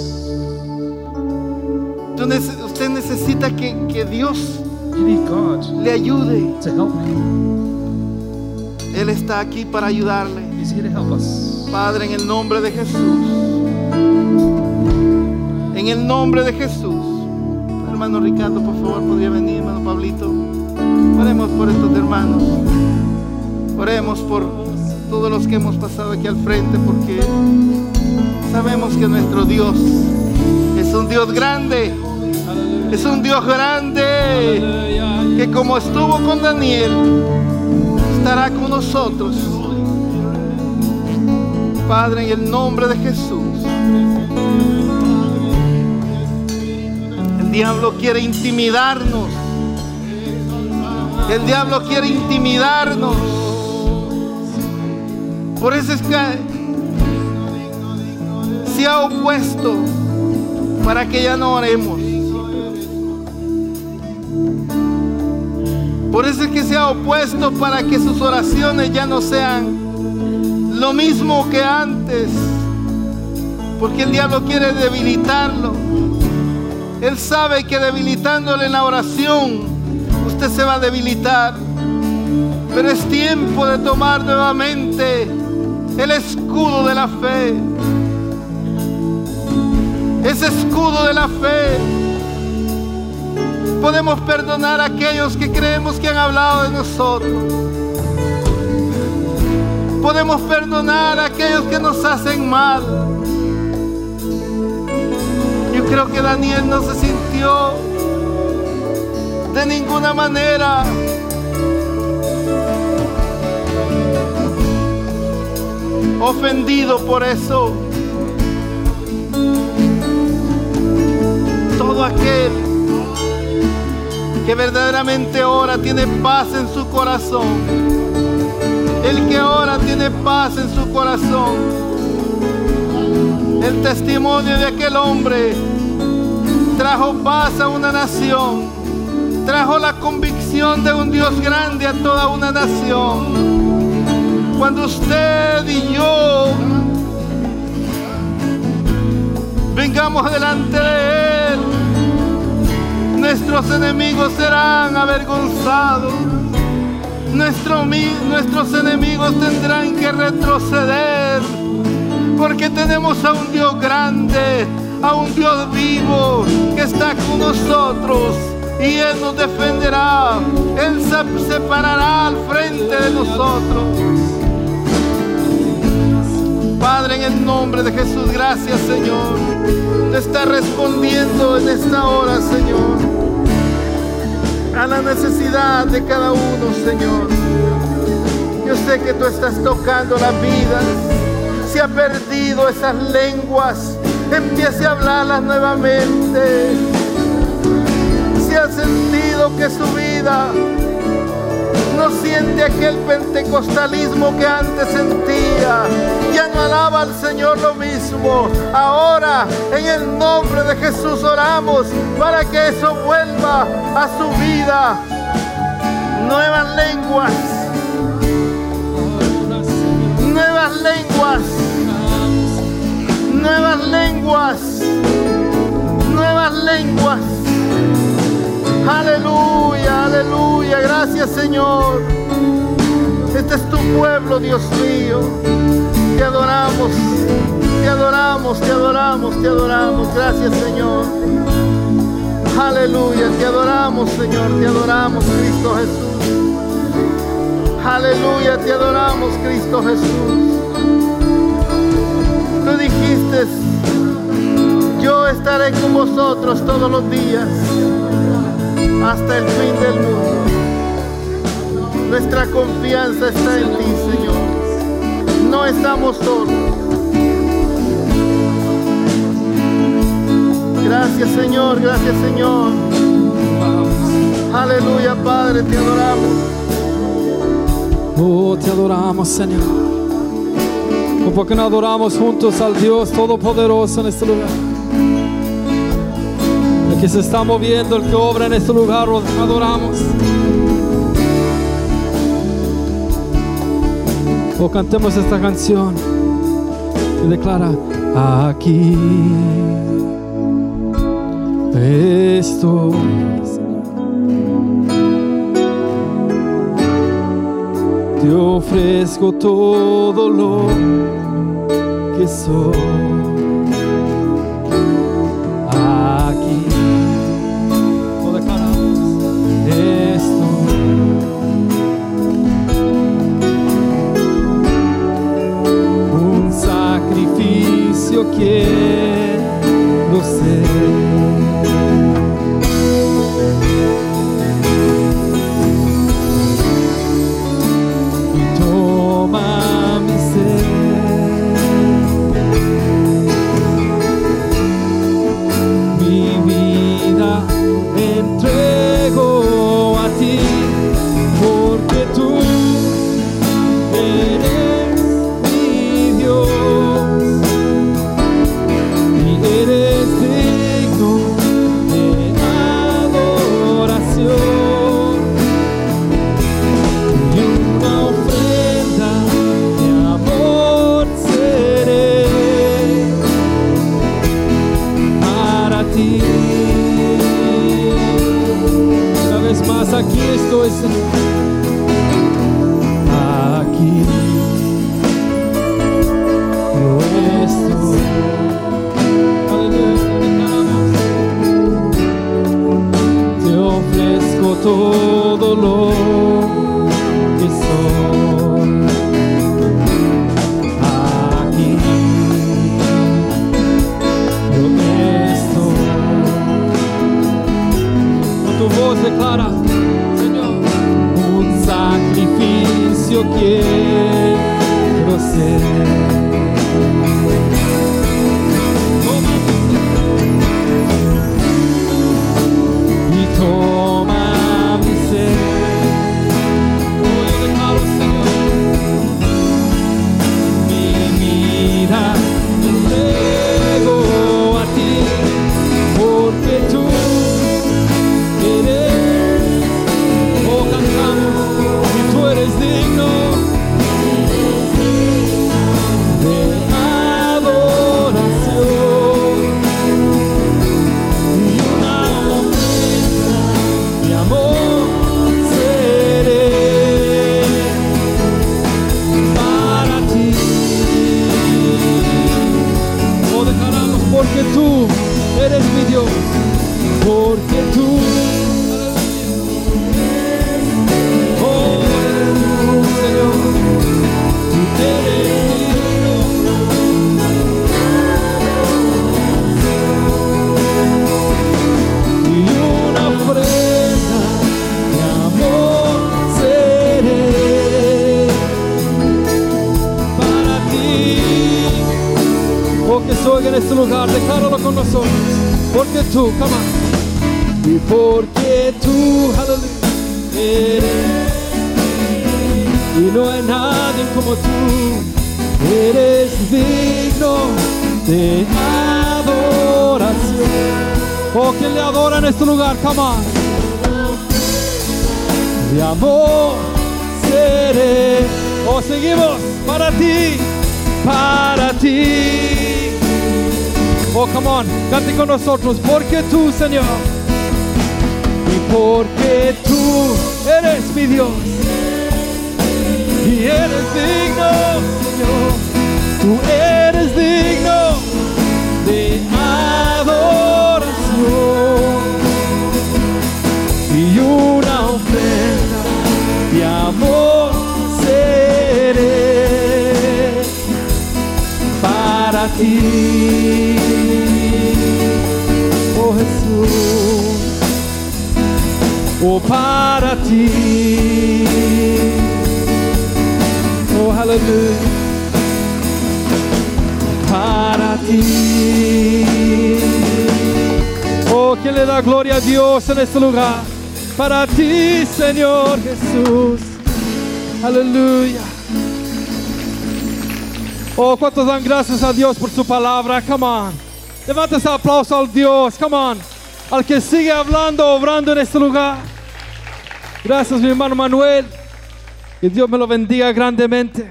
B: Tú nece- usted necesita que, que Dios
C: You need God
B: le ayude.
C: to help me.
B: Él está aquí para ayudarle.
C: He's here to help us.
B: Padre, en el nombre de Jesús. En el nombre de Jesús. Hermano Ricardo, por favor, podría venir, hermano Pablito. Oremos por estos hermanos. Oremos por todos los que hemos pasado aquí al frente, porque sabemos que nuestro Dios es un Dios grande. Es un Dios grande que como estuvo con Daniel, estará con nosotros. Padre, en el nombre de Jesús. El diablo quiere intimidarnos. El diablo quiere intimidarnos. Por eso es que se ha opuesto para que ya no oremos. Por eso es que se ha opuesto para que sus oraciones ya no sean lo mismo que antes. Porque el diablo quiere debilitarlo. Él sabe que debilitándole en la oración, usted se va a debilitar. Pero es tiempo de tomar nuevamente el escudo de la fe. Ese escudo de la fe podemos perdonar a aquellos que creemos que han hablado de nosotros. Podemos perdonar a aquellos que nos hacen mal. Yo creo que Daniel no se sintió de ninguna manera. Ofendido por eso. Todo aquel que verdaderamente ora tiene paz en su corazón. El que ora tiene paz en su corazón. El testimonio de aquel hombre trajo paz a una nación. Trajo la convicción de un Dios grande a toda una nación. Cuando usted y yo vengamos delante de Él, Nuestros enemigos serán avergonzados. Nuestro mi- nuestros enemigos tendrán que retroceder. Porque tenemos a un Dios grande, a un Dios vivo que está con nosotros. Y Él nos defenderá. Él se separará al frente de nosotros. Padre, en el nombre de Jesús, gracias Señor. Te está respondiendo en esta hora, Señor. A la necesidad de cada uno, Señor. Yo sé que tú estás tocando las vidas. Se ha perdido esas lenguas. Empiece a hablarlas nuevamente. Se ha sentido que su vida no siente aquel pentecostalismo que antes sentía. Ya no alaba al Señor lo mismo. Ahora, en el nombre de Jesús, oramos para que eso vuelva a su vida. Nuevas lenguas. Nuevas lenguas. Nuevas lenguas. Nuevas lenguas. Aleluya, aleluya. Gracias. gracias, Señor. Este es tu pueblo, Dios mío. Te adoramos, te adoramos, te adoramos, te adoramos. Gracias, Señor. Aleluya, te adoramos, Señor. Te adoramos, Cristo Jesús. Aleluya, te adoramos, Cristo Jesús. Tú dijiste, yo estaré con vosotros todos los días hasta el fin del mundo. Nuestra confianza está en ti, Señor. No estamos solos. Gracias, Señor, gracias, Señor. Aleluya, Padre, te adoramos.
C: Oh, te adoramos, Señor. Oh, porque no adoramos juntos al Dios Todopoderoso en este lugar? El que se está moviendo, el que obra en este lugar, lo adoramos. Oh, cantemos esta canción y declara, aquí estoy. Te ofrezco todo lo que soy. Aquí lo declaramos. Esto. Un sacrificio quiero ser.
D: Oh, este Oh, Oh,
C: nosotros, porque tú, Señor, y porque tú eres
D: mi Dios. Y eres digno, Señor. Tú eres digno de adoración. Y una ofrenda de amor seré para ti. Oh Jesús oh para ti. Oh aleluya, para ti. Oh, que le da gloria a Dios en este lugar. Para ti, Señor Jesús. Aleluya. Oh, cuántos dan gracias a Dios por su palabra. Come on. Levanta ese aplauso al Dios. Come on. Al que sigue hablando, obrando en este lugar. Gracias, mi hermano Manuel. Que Dios me lo bendiga grandemente.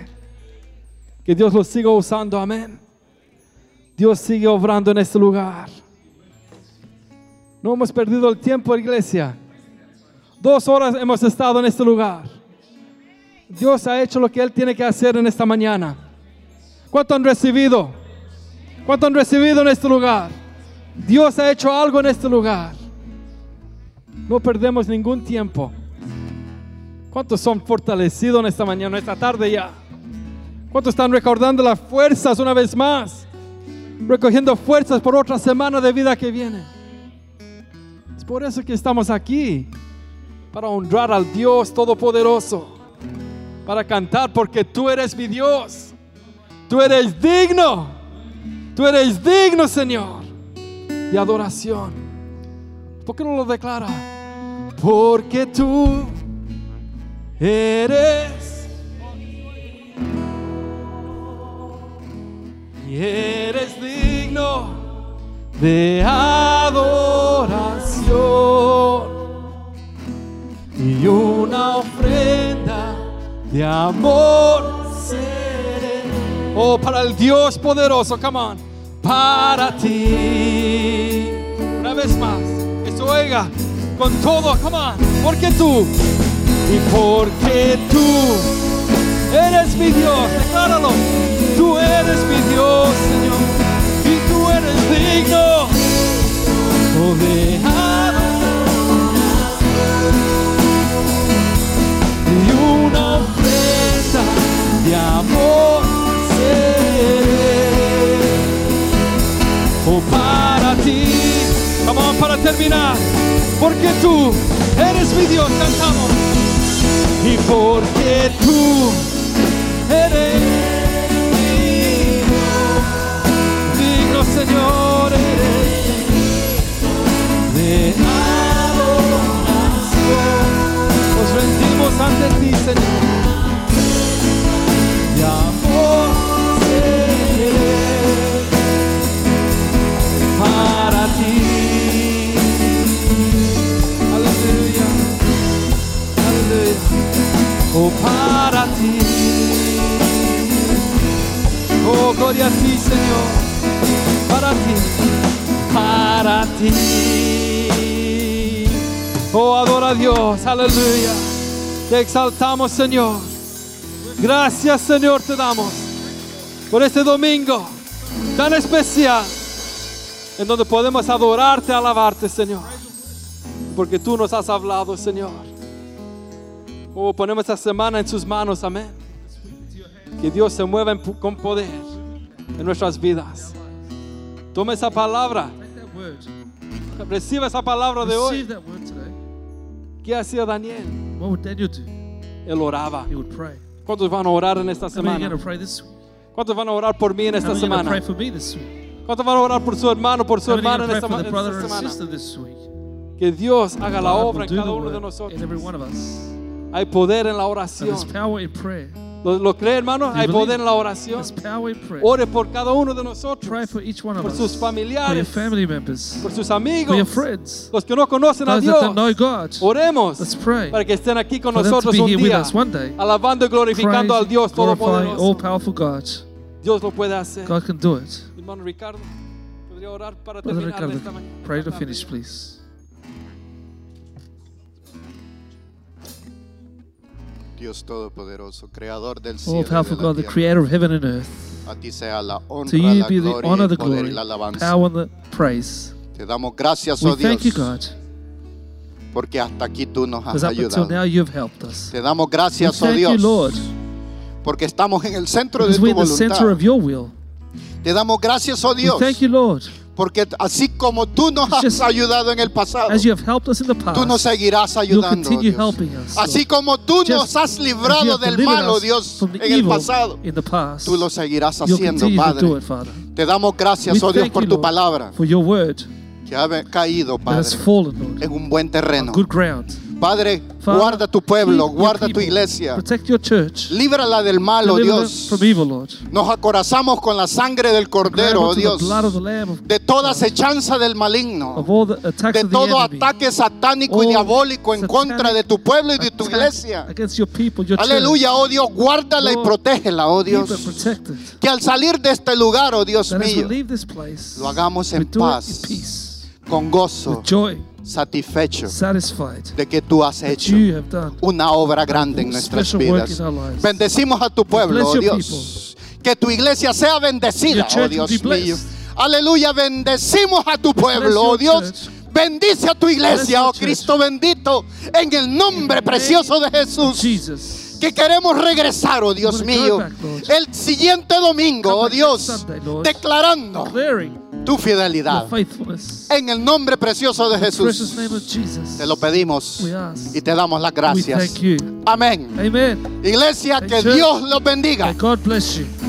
D: Que Dios lo siga usando. Amén. Dios sigue obrando en este lugar. No hemos perdido el tiempo, iglesia. Dos horas hemos estado en este lugar. Dios ha hecho lo que Él tiene que hacer en esta mañana. ¿Cuánto han recibido? ¿Cuánto han recibido en este lugar? Dios ha hecho algo en este lugar. No perdemos ningún tiempo. ¿Cuántos son fortalecidos en esta mañana, en esta tarde ya? ¿Cuántos están recordando las fuerzas una vez más? Recogiendo fuerzas por otra semana de vida que viene. Es por eso que estamos aquí, para honrar al Dios Todopoderoso, para cantar porque tú eres mi Dios, tú eres digno, tú eres digno Señor de adoración. ¿Por qué no lo declara? Porque tú eres y eres digno de adoración y una ofrenda de amor seré. Oh, para el Dios poderoso, come on, para ti. Una vez más, que se oiga con todo, come on, porque tú y porque tú eres mi Dios, decláralo. Tú eres mi Dios, Señor, y tú eres digno. Oh, de adoración. Y una ofrenda de amor seré. Oh, para ti, vamos para terminar, porque tú eres mi Dios, cantamos. Y porque tú eres digno, digno Señor, eres de adoración. Nos rendimos ante ti, Señor. Y amor seré para ti. Aleluya. Aleluya. Oh, para ti. Oh, gloria a ti, Señor. Para ti. Para ti. Oh, adora a Dios. Aleluya. Te exaltamos, Señor. Gracias, Señor, te damos por este domingo tan especial en donde podemos adorarte, alabarte, Señor. Porque tú nos has hablado, Señor. Oh, ponemos esta semana en sus manos, amén. Que Dios se mueva en pu- con poder en nuestras vidas. Toma esa palabra,
C: Take that word.
D: reciba esa palabra de
C: Receive
D: hoy.
C: that word today.
D: ¿Qué hacía Daniel?
C: What would Daniel do?
D: Él oraba.
C: He would pray.
D: ¿Cuántos van a orar en esta
C: How many are
D: semana?
C: going to pray this week?
D: ¿Cuántos van a orar por mí en
C: How
D: esta
C: many are going to pray
D: semana?
C: for me this week?
D: ¿Cuántos van a orar por su hermano, por su
C: How many are
D: hermana
C: going
D: en
C: to
D: esta,
C: pray for
D: ma-
C: the
D: en esta
C: brother and sister
D: semana?
C: this week?
D: Que Dios haga la
C: God will
D: obra en
C: do
D: cada
C: the
D: uno de
C: work in every one of
D: nosotros.
C: us.
D: Hay poder en la
C: So there's
D: oración.
C: power in prayer.
D: ¿Lo, lo cree, hermano? Hay
C: believe?
D: poder en la oración.
C: There's power in prayer.
D: Ore por cada uno de
C: Pray
D: nosotros,
C: for each one of
D: por
C: us.
D: sus
C: For your
D: familiares,
C: family members.
D: por
C: For
D: sus
C: your
D: amigos,
C: friends.
D: los que no conocen a
C: Those that don't know
D: Dios.
C: God. Let's
D: Oremos
C: pray.
D: para que estén aquí con
C: For them to
D: nosotros
C: be
D: un
C: here with
D: día,
C: us one day.
D: alabando y glorificando al
C: Praise,
D: Dios
C: glorifying
D: Todopoderoso.
C: all-powerful God.
D: Dios lo puede hacer.
C: God can do it.
D: Hermano Ricardo, podría orar
C: Brother
D: para terminar
C: Ricardo,
D: esta mañana.
C: pray to finish, please.
E: Dios Todopoderoso, Creador del cielo,
C: All
E: y de la
C: powerful Oh, God, the
E: tierra.
C: creator of heaven and earth.
E: a ti sea la honra,
C: To you
E: la
C: be the
E: gloria,
C: honor,
E: el
C: the
E: poder y
C: glory,
E: la alabanza.
C: power, and the praise.
E: Te damos gracias,
C: We
E: oh Dios,
C: thank you, God,
E: porque hasta aquí tú nos has
C: because up until now
E: ayudado.
C: you have helped us.
E: Te damos
C: We
E: gracias, oh
C: thank you,
E: Dios,
C: Lord,
E: porque estamos en el centro de
C: because
E: tu
C: we're in the center
E: voluntad.
C: of your will.
E: Te damos gracias, oh
C: We
E: Dios,
C: thank you, Lord,
E: porque así como tú nos
C: It's
E: has
C: just-
E: ayudado en el pasado,
C: as you have helped us in the
E: tú nos
C: past.
E: seguirás
C: You'll
E: ayudando. oh
C: continue
E: Dios.
C: helping us.
E: Así como tú
C: Lord.
E: nos
C: Just
E: has
C: as you
E: librado
C: have
E: del
C: delivered
E: malo,
C: us
E: Dios,
C: from the
E: en el
C: evil
E: pasado,
C: in the past,
E: tú lo seguirás
C: you'll
E: haciendo,
C: continue to do
E: Padre.
C: it, Father.
E: Te damos gracias,
C: We
E: oh Dios,
C: thank
E: por
C: you,
E: tu
C: Lord,
E: palabra
C: for your word
E: que ha caído,
C: that has
E: Padre,
C: fallen, Lord,
E: en un buen
C: on
E: terreno.
C: good ground.
E: Padre,
C: Father,
E: guarda tu pueblo,
C: keep your
E: guarda tu
C: people.
E: iglesia.
C: Protect your church.
E: Líbrala del malo,
C: Deliver them
E: Dios.
C: from evil, Lord.
E: Nos acorazamos con la sangre del Cordero,
C: Accountable
E: oh
C: to
E: Dios,
C: The blood of the Lamb of,
E: de toda acechanza del maligno,
C: of all the attacks
E: de
C: of the
E: todo
C: enemy.
E: ataque satánico y
C: All
E: diabólico en contra de tu pueblo y de tu
C: Attack
E: iglesia.
C: Against your people, your church.
E: Aleluya, oh Dios, guárdala y
C: Lord,
E: protégela, oh
C: Keep
E: Dios.
C: it protected.
E: Que al salir de este lugar, oh Dios
C: That as we
E: mío,
C: leave this place,
E: lo hagamos
C: we
E: en
C: do
E: paz,
C: it in peace,
E: con gozo,
C: with joy,
E: satisfecho
C: satisfied
E: de que tú has
C: that
E: hecho
C: you have done
E: una obra grande en nuestras
C: special work
E: vidas.
C: in our lives.
E: Bendecimos a tu pueblo,
C: Bless
E: oh
C: your
E: Dios. Que tu iglesia sea bendecida,
C: Your church
E: oh
C: will
E: Dios
C: be blessed.
E: mío. Aleluya, bendecimos a tu pueblo, oh
C: your
E: Dios.
C: church.
E: Bendice a tu iglesia,
C: your
E: oh
C: church.
E: Cristo bendito, en el nombre precioso de Jesús.
C: Jesus.
E: Que queremos regresar, oh Dios
C: wanna go
E: mío,
C: back, Lord.
E: el siguiente domingo,
C: Come
E: oh
C: back next
E: Dios,
C: Sunday, Lord.
E: declarando
C: Declaring
E: tu fidelidad.
C: your faithfulness.
E: En el nombre precioso de
C: Precious
E: Jesús,
C: name of Jesus.
E: te lo pedimos
C: We ask.
E: y te damos las
C: We
E: gracias.
C: thank you.
E: Amén.
C: Amen.
E: Iglesia, que
C: Church.
E: Dios los bendiga.
C: May God bless you.